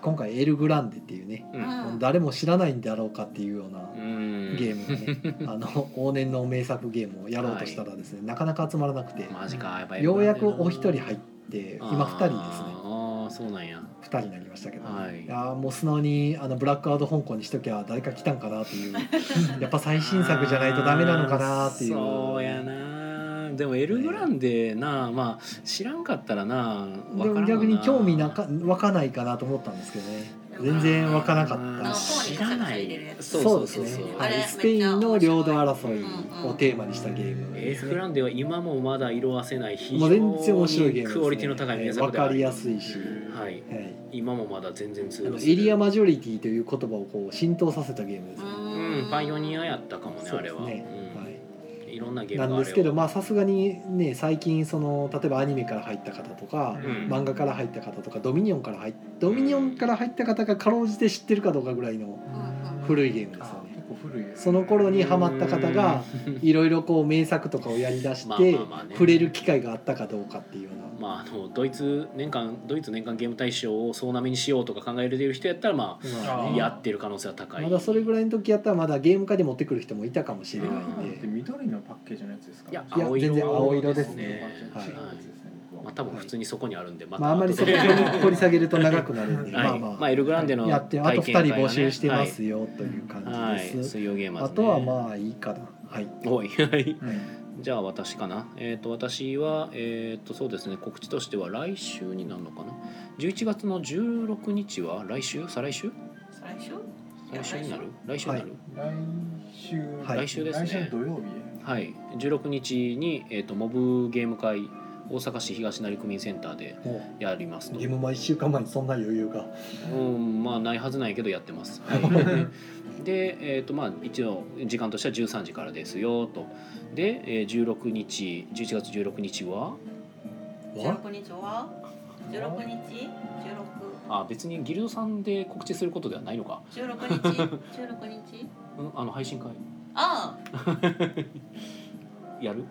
今回エルグランデっていうね、うんうんうん誰も知らないんだろうかっていうようなうんゲームが ね、あの往年の名作ゲームをやろうとしたらですね、なかなか集まらなくて、マジかやっぱようやくお一人入っって今二人ですねああそうなんや二人になりましたけど、はいいやーもう素直にあのブラックアウト香港にしときゃ誰か来たんかなっ ていうやっぱ最新作じゃないとダメなのかなっていうあーそうやなでもエルグランデな、まあ知らんかったらなわからでんわもな逆に興味なか湧かないかなと思ったんですけどね全然湧かなかった知らないそうそうですねあれスペインの領土争いをテーマにしたゲームエでルすグね、ランデは今もまだ色褪せない非も常う全然面白いゲームにです、ね、クオリティの高い名作分であかりりやすいし、ははいいはい、今もまだ全然通あの用エするリアマジョリティという言葉をこう浸透させたゲームですねうんパイオニアやったかもねそあうでれすは、ねはいうん、いろんなゲームがなあれんをですけどまあさすがにね最近その例えばアニメから入った方とか、うん漫画から入った方とかドミニオンから入っドミニオンから入った方がかろうじて知ってるかどうかぐらいの古いゲームですよあね。結構古いですねその頃にハマった方がいろいろこう名作とかをやりだし まあてまあまあね触れる機会があったかどうかっていうような。まあ、あのドイツ年間ドイツ年間ゲーム大賞を総なめにしようとか考えてる人やったらままああーねやってる可能性は高いまだそれぐいらいの時やったらまだゲーム会で持ってくる人もいたかもしれないあんれってで、緑のパッケージのやつですかいやいや青色全然青色でですすねねははいいまあ、多分普通にそこにあるんでままああんまりそこ掘り下げると長くなるんで、はいまあままあエルグランデのあやってあと体験2会人がね募集してますよという感はじでいす。水曜ゲーマーあズ、ね、とはまあいいかな。はい。おいはいうんじゃあ私かな、えー、と私は、えー、とそうですね告知としては来週になるのかな11月の16日は来週再来週最初？来週になる来週になる、来週はい来週ですね来週の土曜日はい、16日に、えー、とモブゲーム会大阪市東成区民センターでもやりますうとゲームマ1週間前にそんな余裕が。うんまあないはずないけどやってます、はい、で、えーとまあ、一応時間としては13時からですよとで、えー16日11月16日は十六日は？十六日？十六？あ別にギルドさんで告知することではないのか、十 六日？十六日？うん、あの配信会あやる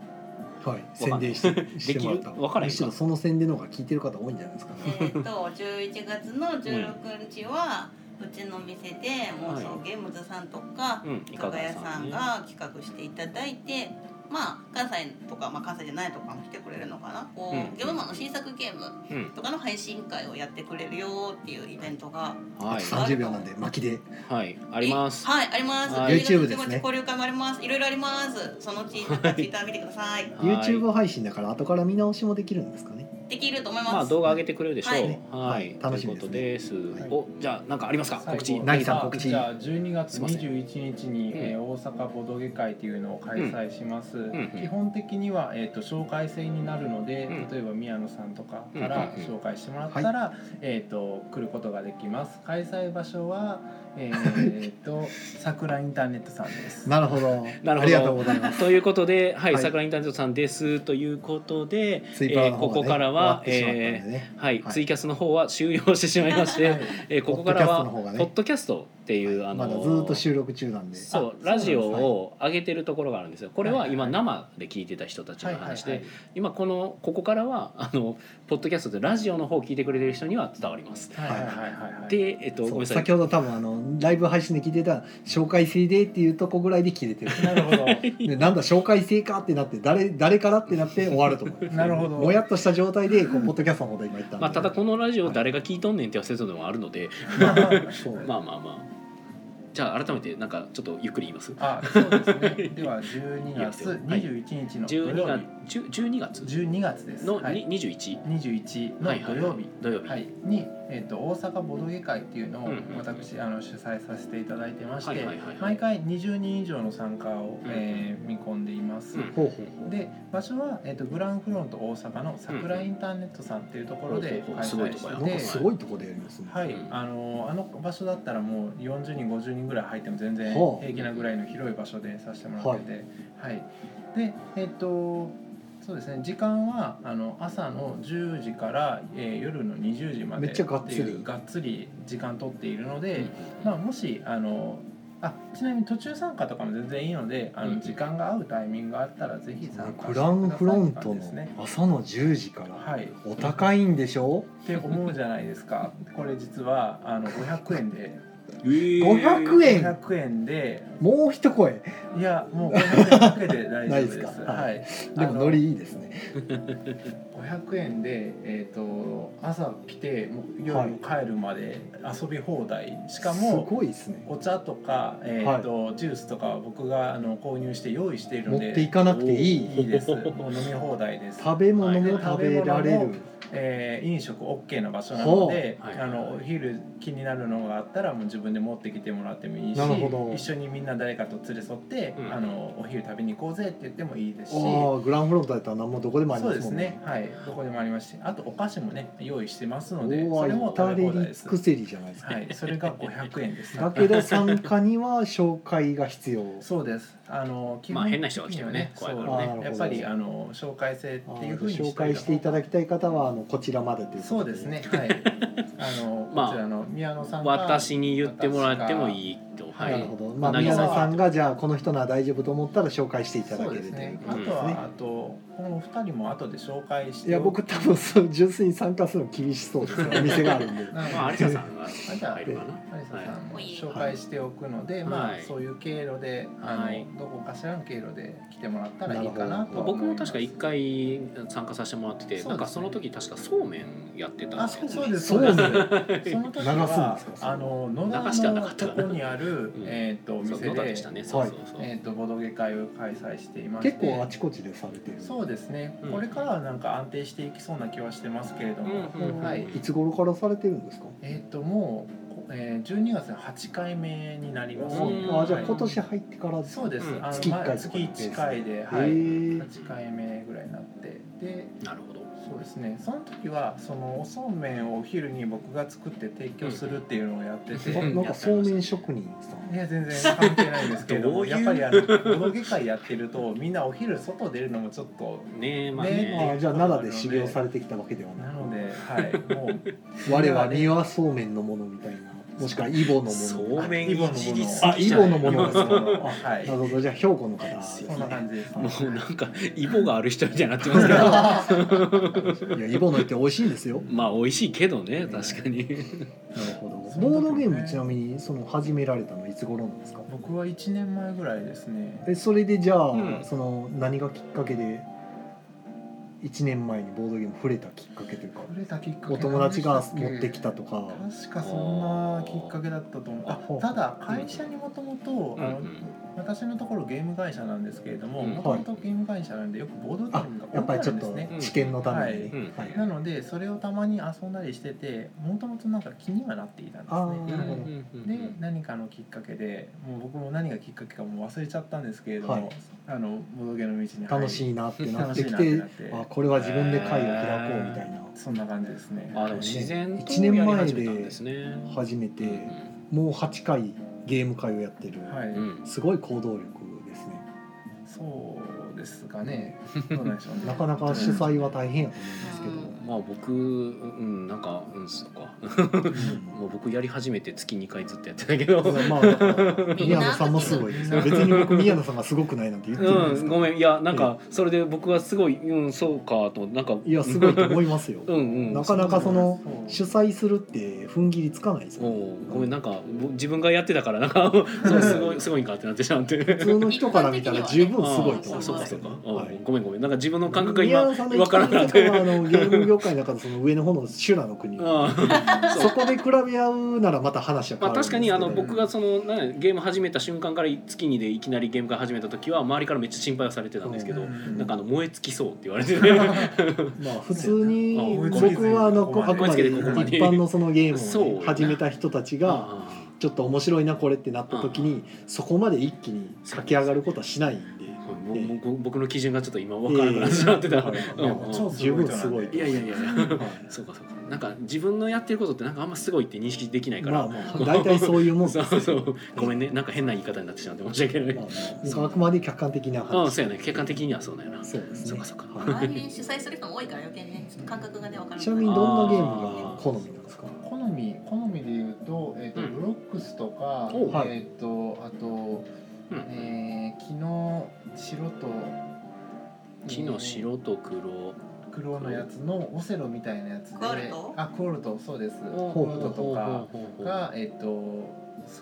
はい。宣伝してしてもらった。できるわからへんむかしろその宣伝の方が聞いてる方多いんじゃないですかあ、ね。えっと十一月の十六日はうちの店で妄想ゲームズさんとかうん、いか加賀が屋やささんんねが企画していただいてまあ関西とか、まあ、関西じゃないとかも来てくれるのかなこう、うんゲームマンの新作ゲームうん、とかの配信会をやってくれるよっていうイベントがはい、 30秒なんで巻きではい、あります。はいありますはい YouTube ですね交流会もありますいろいろありますそのうちなんか Twitter 見てくださはいい YouTube 配信だから後から見直しもできるんですかねできると思います、まあ動画上げてくれるでしょう。ははいい、楽しといみうことです。はいお、じゃあなんかありますか？最後告知。渚あ告知じゃあ12すい月ません21日に、えー大阪ボドゲ会というのを開催します、んうん基本的には、えー、と紹介制になるので、うん例えば宮野さんとかかうんらうんうん紹介してもらったら、えー、と来ることができます開催場所は えー、と桜インターネットさんですなるほどほどありがとうございますということで、はい、はい桜インターネットさんですということで、ツイパラの方こが、ねこからは、終わってしまったんえでね、ーはい、はいツイキャスの方は終了してしまいましはてい、えーここからはポッドキャストの方がねポッドキャストっていうあまのだずっと収録中なんでそあうラジオそうなんですを上げてるところがあるんですよ。これは今はい生で聞いてた人たちはのいはいは話い、で、今このここからはあのポッドキャストでラジオの方を聞いてくれてる人には伝わります。はいはいはいはいはいで、えっとごそめんうなさい先。ほど多分あのライブ配信で聞いてた紹介制でっていうとこぐらいで切 れてるなるほでなんだ紹介制かってなって誰誰からってなって終わる と思うどなるほどもやっとした状態でこうポッドキャストの方で今言ったんで、まあ、ただこのラジオ誰が聞いとんねんって説でもあるので、そうまあまあまあじゃあ改めてなんかちょっとゆっくり言いますあそうですねでは12月21日の土12曜月日10 12月12月ですのはいに21 21のはいは土い曜日、土曜日はいに、えー、と大阪ボドゲ会っていうのうをんうんうん私あの主催させていただいてまして、はいはいはいはい毎回20人以上の参加を、えー見込んでいます。うんほうほうほうで場所は、えー、とグランフロント大阪の桜インターネットさんっていうところでうん開すごい催とこやななしてんてかすごいとこでやりますね、はい、うんあのあの場所だったらもう40人50人ぐらい入っても全然はあ平気なぐらいの広い場所でさせてもらってて、はいでえっとそうですね時間はあの朝の10時から、えー夜の20時までめっちゃがっつりていうがっつり時間取っているので、まあ、もしあのあちなみに途中参加とかも全然いいのであうのん時間が合うタイミングがあったらぜひ参加してくださいグランフロントって感じですのね朝の10時から、はいお高いんでしょって思うじゃないですかこれ実はあの500円で。 500円500円でもう一声いやもう500円だけで大丈夫でないですすかはいでもノリいいですねあの500円でえっ、と朝来てもうは夜い帰るまで遊び放題しかすもごいですねお茶とか、えーとジュースとかは僕があの購入して用意してい持るのっでていかなくていいいいですもう飲み放題です、食べ物もはい食べられる、食べ物もえー、飲食 OK な場所なので、ほうはいあのお昼気になるのがあったらもう自分で持ってきてもらってもいいしなるほど一緒にみんな誰かと連れ添って、うんあのお昼食べに行こうぜって言ってもいいですしああグランフロントだったら何もどこでもありそうまですすもんねはいどこでもありますしあとお菓子もね用意してますのでうそわれも至食れべ放題りです尽くせりじゃないですか、はいそれが500 円ですだけど参加には紹介が必要 そうですあの基まあ的変にはな人が来てもね怖いからねそうあーやっぱりあの紹介制あっていうーふうに紹介していただきたい方はあのこちらまでというこそうとですねはいあの、まあこちらの宮野さんが私に言ってもらってもいいとはないるほど、まあ、渚宮野さんがじゃあこの人なら大丈夫と思ったら紹介していただけるというこあそうとですとでねはあとこのお二人も後で紹介していや僕多分そう純粋に参加するの厳しそうですね お店があるんでなのでまあ有有沙さんが入るかな沙さんはい紹介しておくので、まはあいそういう経路で、はいあのどこかしらの経路で来てもらったらいいかなるなほとど僕も確か1回参加させてもらってて、そうですねなんかその時確かそうめんやってたあんですそようそうですそうですそですその時流すんはですかあの野流して田はなのかったとなこにある、うんえっとおそ店う野田ででしたねそうそうそう、えっとボドゲ会を開催していまして結構あちこちでされてるそうですね、うんこれからはなんか安定していきそうな気はしてますけれども、うんうんうんはいいつ頃からされてるんですかえっ、ともうこ、えー、12月の8回目になりますね、うんあじゃあはい今年入ってからですそうです、うんあの月一回まあと月かのペース1回で、はへい、ー8回目ぐらいになってでなるほどそうですねその時はそのおそうめんをお昼に僕が作って提供するっていうのをやってて、うんあなんかそうめん職人さんいや全然関係ないんですけれ どどもういうやっぱりあのボドゲ会やってるとみんなお昼外出るのもちょっとねえまあねねあじゃあ奈良で修行されてきたわけではなないのではいもう我は庭そうめんのものみたいなもしくはイボのものそうめんイいボのものじりすあぎイじゃなボいのものですねはあいなるほどじゃあ兵庫の方ですそんなね感じです、もうなんかイボがある人みたいになってますけ どいやイボのって美味しいんですよまあ美味しいけどね確かになるほどそボの時もードねゲームちなみにその始められたのいつ頃なんですか僕は1年前ぐらいですねえそれでじゃあ、うんその何がきっかけで1年前にボードゲーム触れたきっかけというか触れたきっかけお友達が持ってきたたとか確かそんなきっかけだったと思うあほうあただ会社にもともとうんあの私のところゲーム会社なんですけれどもうんもともとゲーム会社なんでよくボードゲームがやっぱり多ちかょっったんとですね知見のためにね、うんはいなのでそれをたまに遊んだりしててもともとなんか気にはなっていたんですうんねなるほどうんうんで何かのきっかけでもう僕も何がきっかけかもう忘れちゃったんですけれども、はいあのボドゲの道に楽いしいなってなってき楽しいてなってなってあこれは自分で会を開こうみたいなそんな感じですねあでも自然と一年前でやり始めたんですね初めてうんもう8回ゲーム会をやってる、はい、うんすごい行動力ですねそうですかねどうなんでしょうねなかなか主催は大変 やと思うんですけど、まあ僕うんなんかうんそっかもう僕やり始めて月2回ずっとやってたけ どまあだから宮野さんもすごいですね別に僕宮野さんがすごくないなんて言ってるんでうすんか、ごめんいやなんかそれで僕はすごいうんそうかとなんかいやすごいと思いますよ、うんうんなかなかそのそう主催するって踏ん切りつかないですよね、おごめんなんかぼ自分がやってたからなんか そうすごいすごいんかってなってしまって普通の人から見たら十分すごいあと思いまーすそうよかねそうか、はうんいごめんごめんなんか自分の感覚が宮今野さんのわからなくて一番最初はあのゲーム業界の中でその上の方の修羅の国うん そこで比べ合うならまた話は変まあ、わるんで確すけかど、にあの僕がそのなんやゲーム始めた瞬間から月にでいきなりゲームが始めた時は周りからめっちゃ心配はされてたんですけど、うんなんかあの燃え尽きそうって言われて ねまあ普通にうん僕はあのここまであくまで一般のそのゲーそうムよをねな始めた人たちがちょっと面白いなこれってなった時にそこまで一気に駆け上がることはしないんでもうもう僕の基準がちょっと今分からなくなってしまってた、いやいやいやうんもう超十分すごい人なんいやいでやいや いやはいそうかそうかなんか自分のやってることってなんかあんますごいって認識できないから、まあまあ大体そういうもんで すそうよそうごめんねなんか変な言い方になってしまって申し訳ない、まあまああくまで客観的なあ、うん話そうやね客観的にはそうだよなそうですそうねかそうかは周りに主催する人も多いから余計 にねちょっと感覚がね分かいる ちなみにどんなゲームが好みなんですか好み好みで言うと,、えーとうんブロックスとか、おうはいえっ、とあと、うんえー、昨日白と木の白と黒黒のやつのオセロみたいなやつでクワルトあクオルトそうですクほうオルトとかがえっ、と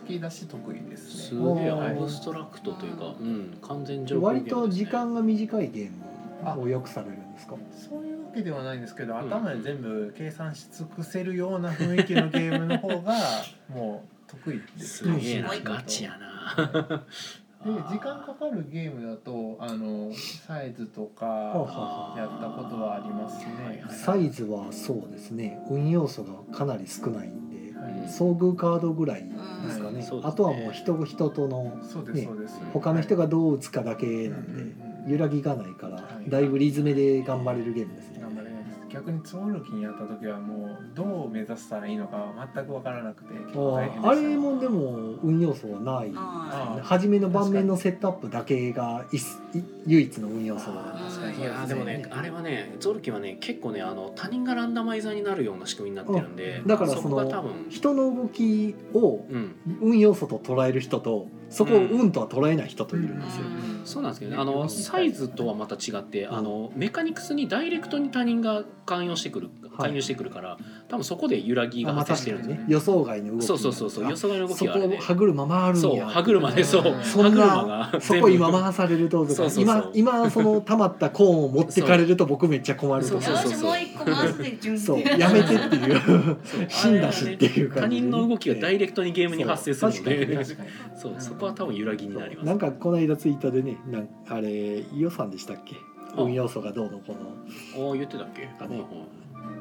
好きだし得意ですすねげえはいアブストラクトというか、うん、完全情報ゲーム割ですねと時間が短いゲームをよくされるんですかそういうわけではないんですけどん頭で全部計算し尽くせるような雰囲気のゲームの方がもう得意ですすねげえなすごいガチやなはいであー時間かかるゲームだとあのサイズとほうかほやったことはありますねあーサイズはそうですね運要素がかなり少ないんではい遭遇カードぐらいですかうんねそうですねあとはもう人人とのそうですねそうです他の人ががどう打つかだけなんで揺らぎがないからはいだいぶリズムで頑張れるゲームですね頑張れないです逆にツオルキンやった時はもうどう目指したらいいのか全く分からなくて結あ構大変でしーたあれもでも運要素はないああ初めの盤面のセットアップだけがいすい唯一の運要素あだー確かにいやーでもねあれはねゾルキはね結構ねあの他人がランダマイザーになるような仕組みになってるんでだからそそこが多の分人の動きをうん運要素と捉える人とそこを運とは捉えない人といるんですよ、うんそうなんですけどねあのサイズとはまた違ってうんあのメカニクスにダイレクトに他人が関与してくるはい関与してくるから多分そこで揺らぎあがまあ発生し確てかるんですによねね予想外の動きそうそうそうそうあ予想外の動きそこはあれで歯車回るんそうや歯車でそうそ歯んな車がそ全こ部今回されるととかそうそうそう今今その溜まったコーンを持ってかれると僕めっちゃ困るとそうかそうそうよしもう一個回すで順そうってやめてっていう そう死んだしっていう他感じで人の動きがダイレクトにゲームに発生するのそう確で確かにそううんそこは多分揺らぎになりそうまなすんかこの間ツイッターでねなんあれ予算でしたっけあ運要素がどうのこのああ言ってたっけかねはいはい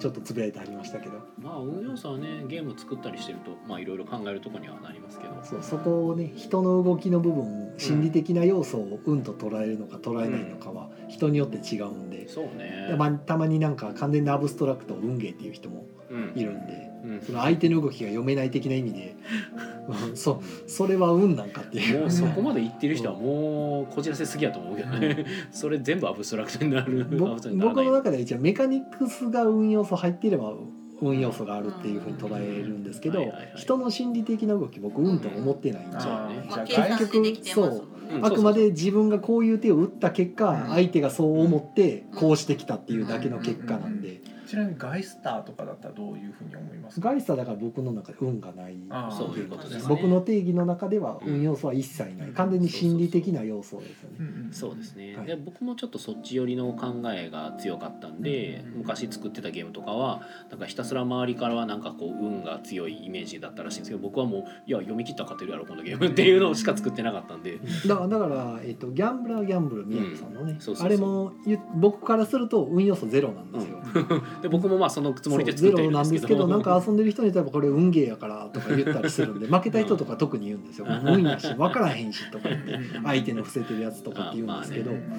ちょっとつぶやいてありましたけどまあ運用さはねゲーム作ったりしてるとまあいろいろ考えるとこにはなりますけどそうそこをね人の動きの部分心理的な要素を運と捉えるのか捉えないのかは人によって違うんで、そうねでまあたまになんか完全なアブストラクトを運ゲーっていう人もうんいるんでうんその相手の動きが読めない的な意 味でうんそそれは運なんかっていうもうそこまで言ってる人はもうこじらせすぎやと思うけどね それ全部アブストラクトになるアブぼストにならな僕いの中では一応メカニクスが運要素入っていれば運要素があるっていうふうに捉えるんですけど、はいはいはい人の心理的な動き僕運とは思ってないんで、そうやねあー まあ計じゃあ算してできてますもんうねんあくまで自分がこういう手を打った結果、うん相手がそう思ってうんこうしてきたっていうだけの結果なんで、ちなみにガイスターとかだったらどういうふうに思いますかガイスターだから僕の中で運がないあーそういうことですね僕の定義の中では運要素は一切ない、うん完全に心理的な要素ですよね、んんんそうですね、はいで僕もちょっとそっち寄りの考えが強かったんで、うん昔作ってたゲームとかはなんかひたすら周りからはなんかこう運が強いイメージだったらしいんですけど僕はもういや読み切ったら勝てるやろこのゲームっていうのしか作ってなかったんでだからだから、えっとギャンブラーギャンブル宮城さんのね、うんそうそうそうあれもゆ僕からすると運要素ゼロなんですよ、で僕もまあそのつもりでそう作ってゼいロるなんんでですすけけどどなんか遊んでる人に多分これ運ゲーやからとか言ったりす るんで負けた人とか特に言うんですよ運やし分からへんしとか言って相手の伏せてるやつとかって言うんですけどうんうんうん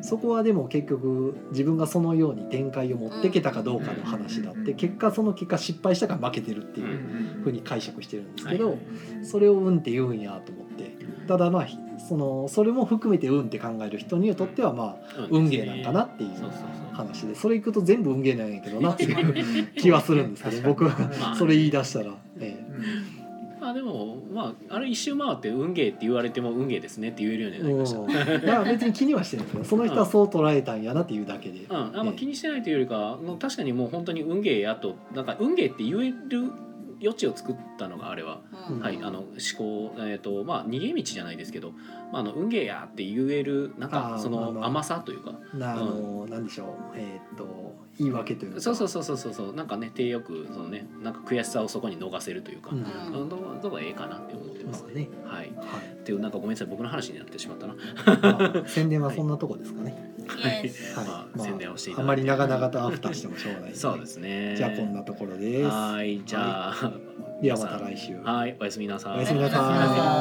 そこはでも結局自分がそのように展開を持っていけたかどうかの話だって結果その結果失敗したから負けてるっていうふうに解釈してるんですけはどいそれを運って言うんやと思ってただまあひそのそれも含めて運って考える人にとってはまあ運ゲーなんかなっていうそうそうそう話でそれいくと全部運ゲーなんやけどなっていう 気はするんですけど僕はまあそれ言い出したら、えうんうんまあでもまああれ一周回って運ゲーって言われても運ゲーですねって言えるようえになりましたうんだから別に気にはしてるんですけどその人はそう捉えたんやなっていうだけでうん、あまあ気にしてないというよりかはもう確かにもう本当に運ゲーやとなんか運ゲーって言える余地を作ったのがあれは、うんはい、あの思考、えーとまあ、逃げ道じゃないですけど、まあ、あの運ゲーやって言えるなんあかーそまあまのあ甘さというかなあのなんでしょうえーっと言い訳というかそうそうそうそうそうそうなんかね手よくそのねなんか悔しさをそこに逃せるというか、うんあのどうどうがええかなって思ってまますあね。ね、はい、はいっていうなんかごめんなさい僕の話になってしまったな、まあ、宣伝はそんなとこですかね、イエス。はいまあ、宣伝をしていあたんだまいりて長々とアフターしてもしょうがな い、そうですねじゃあこんなところですはいじゃあ、ではまた来週はい、おやすみなさい。おやすみなさいおやすみなさい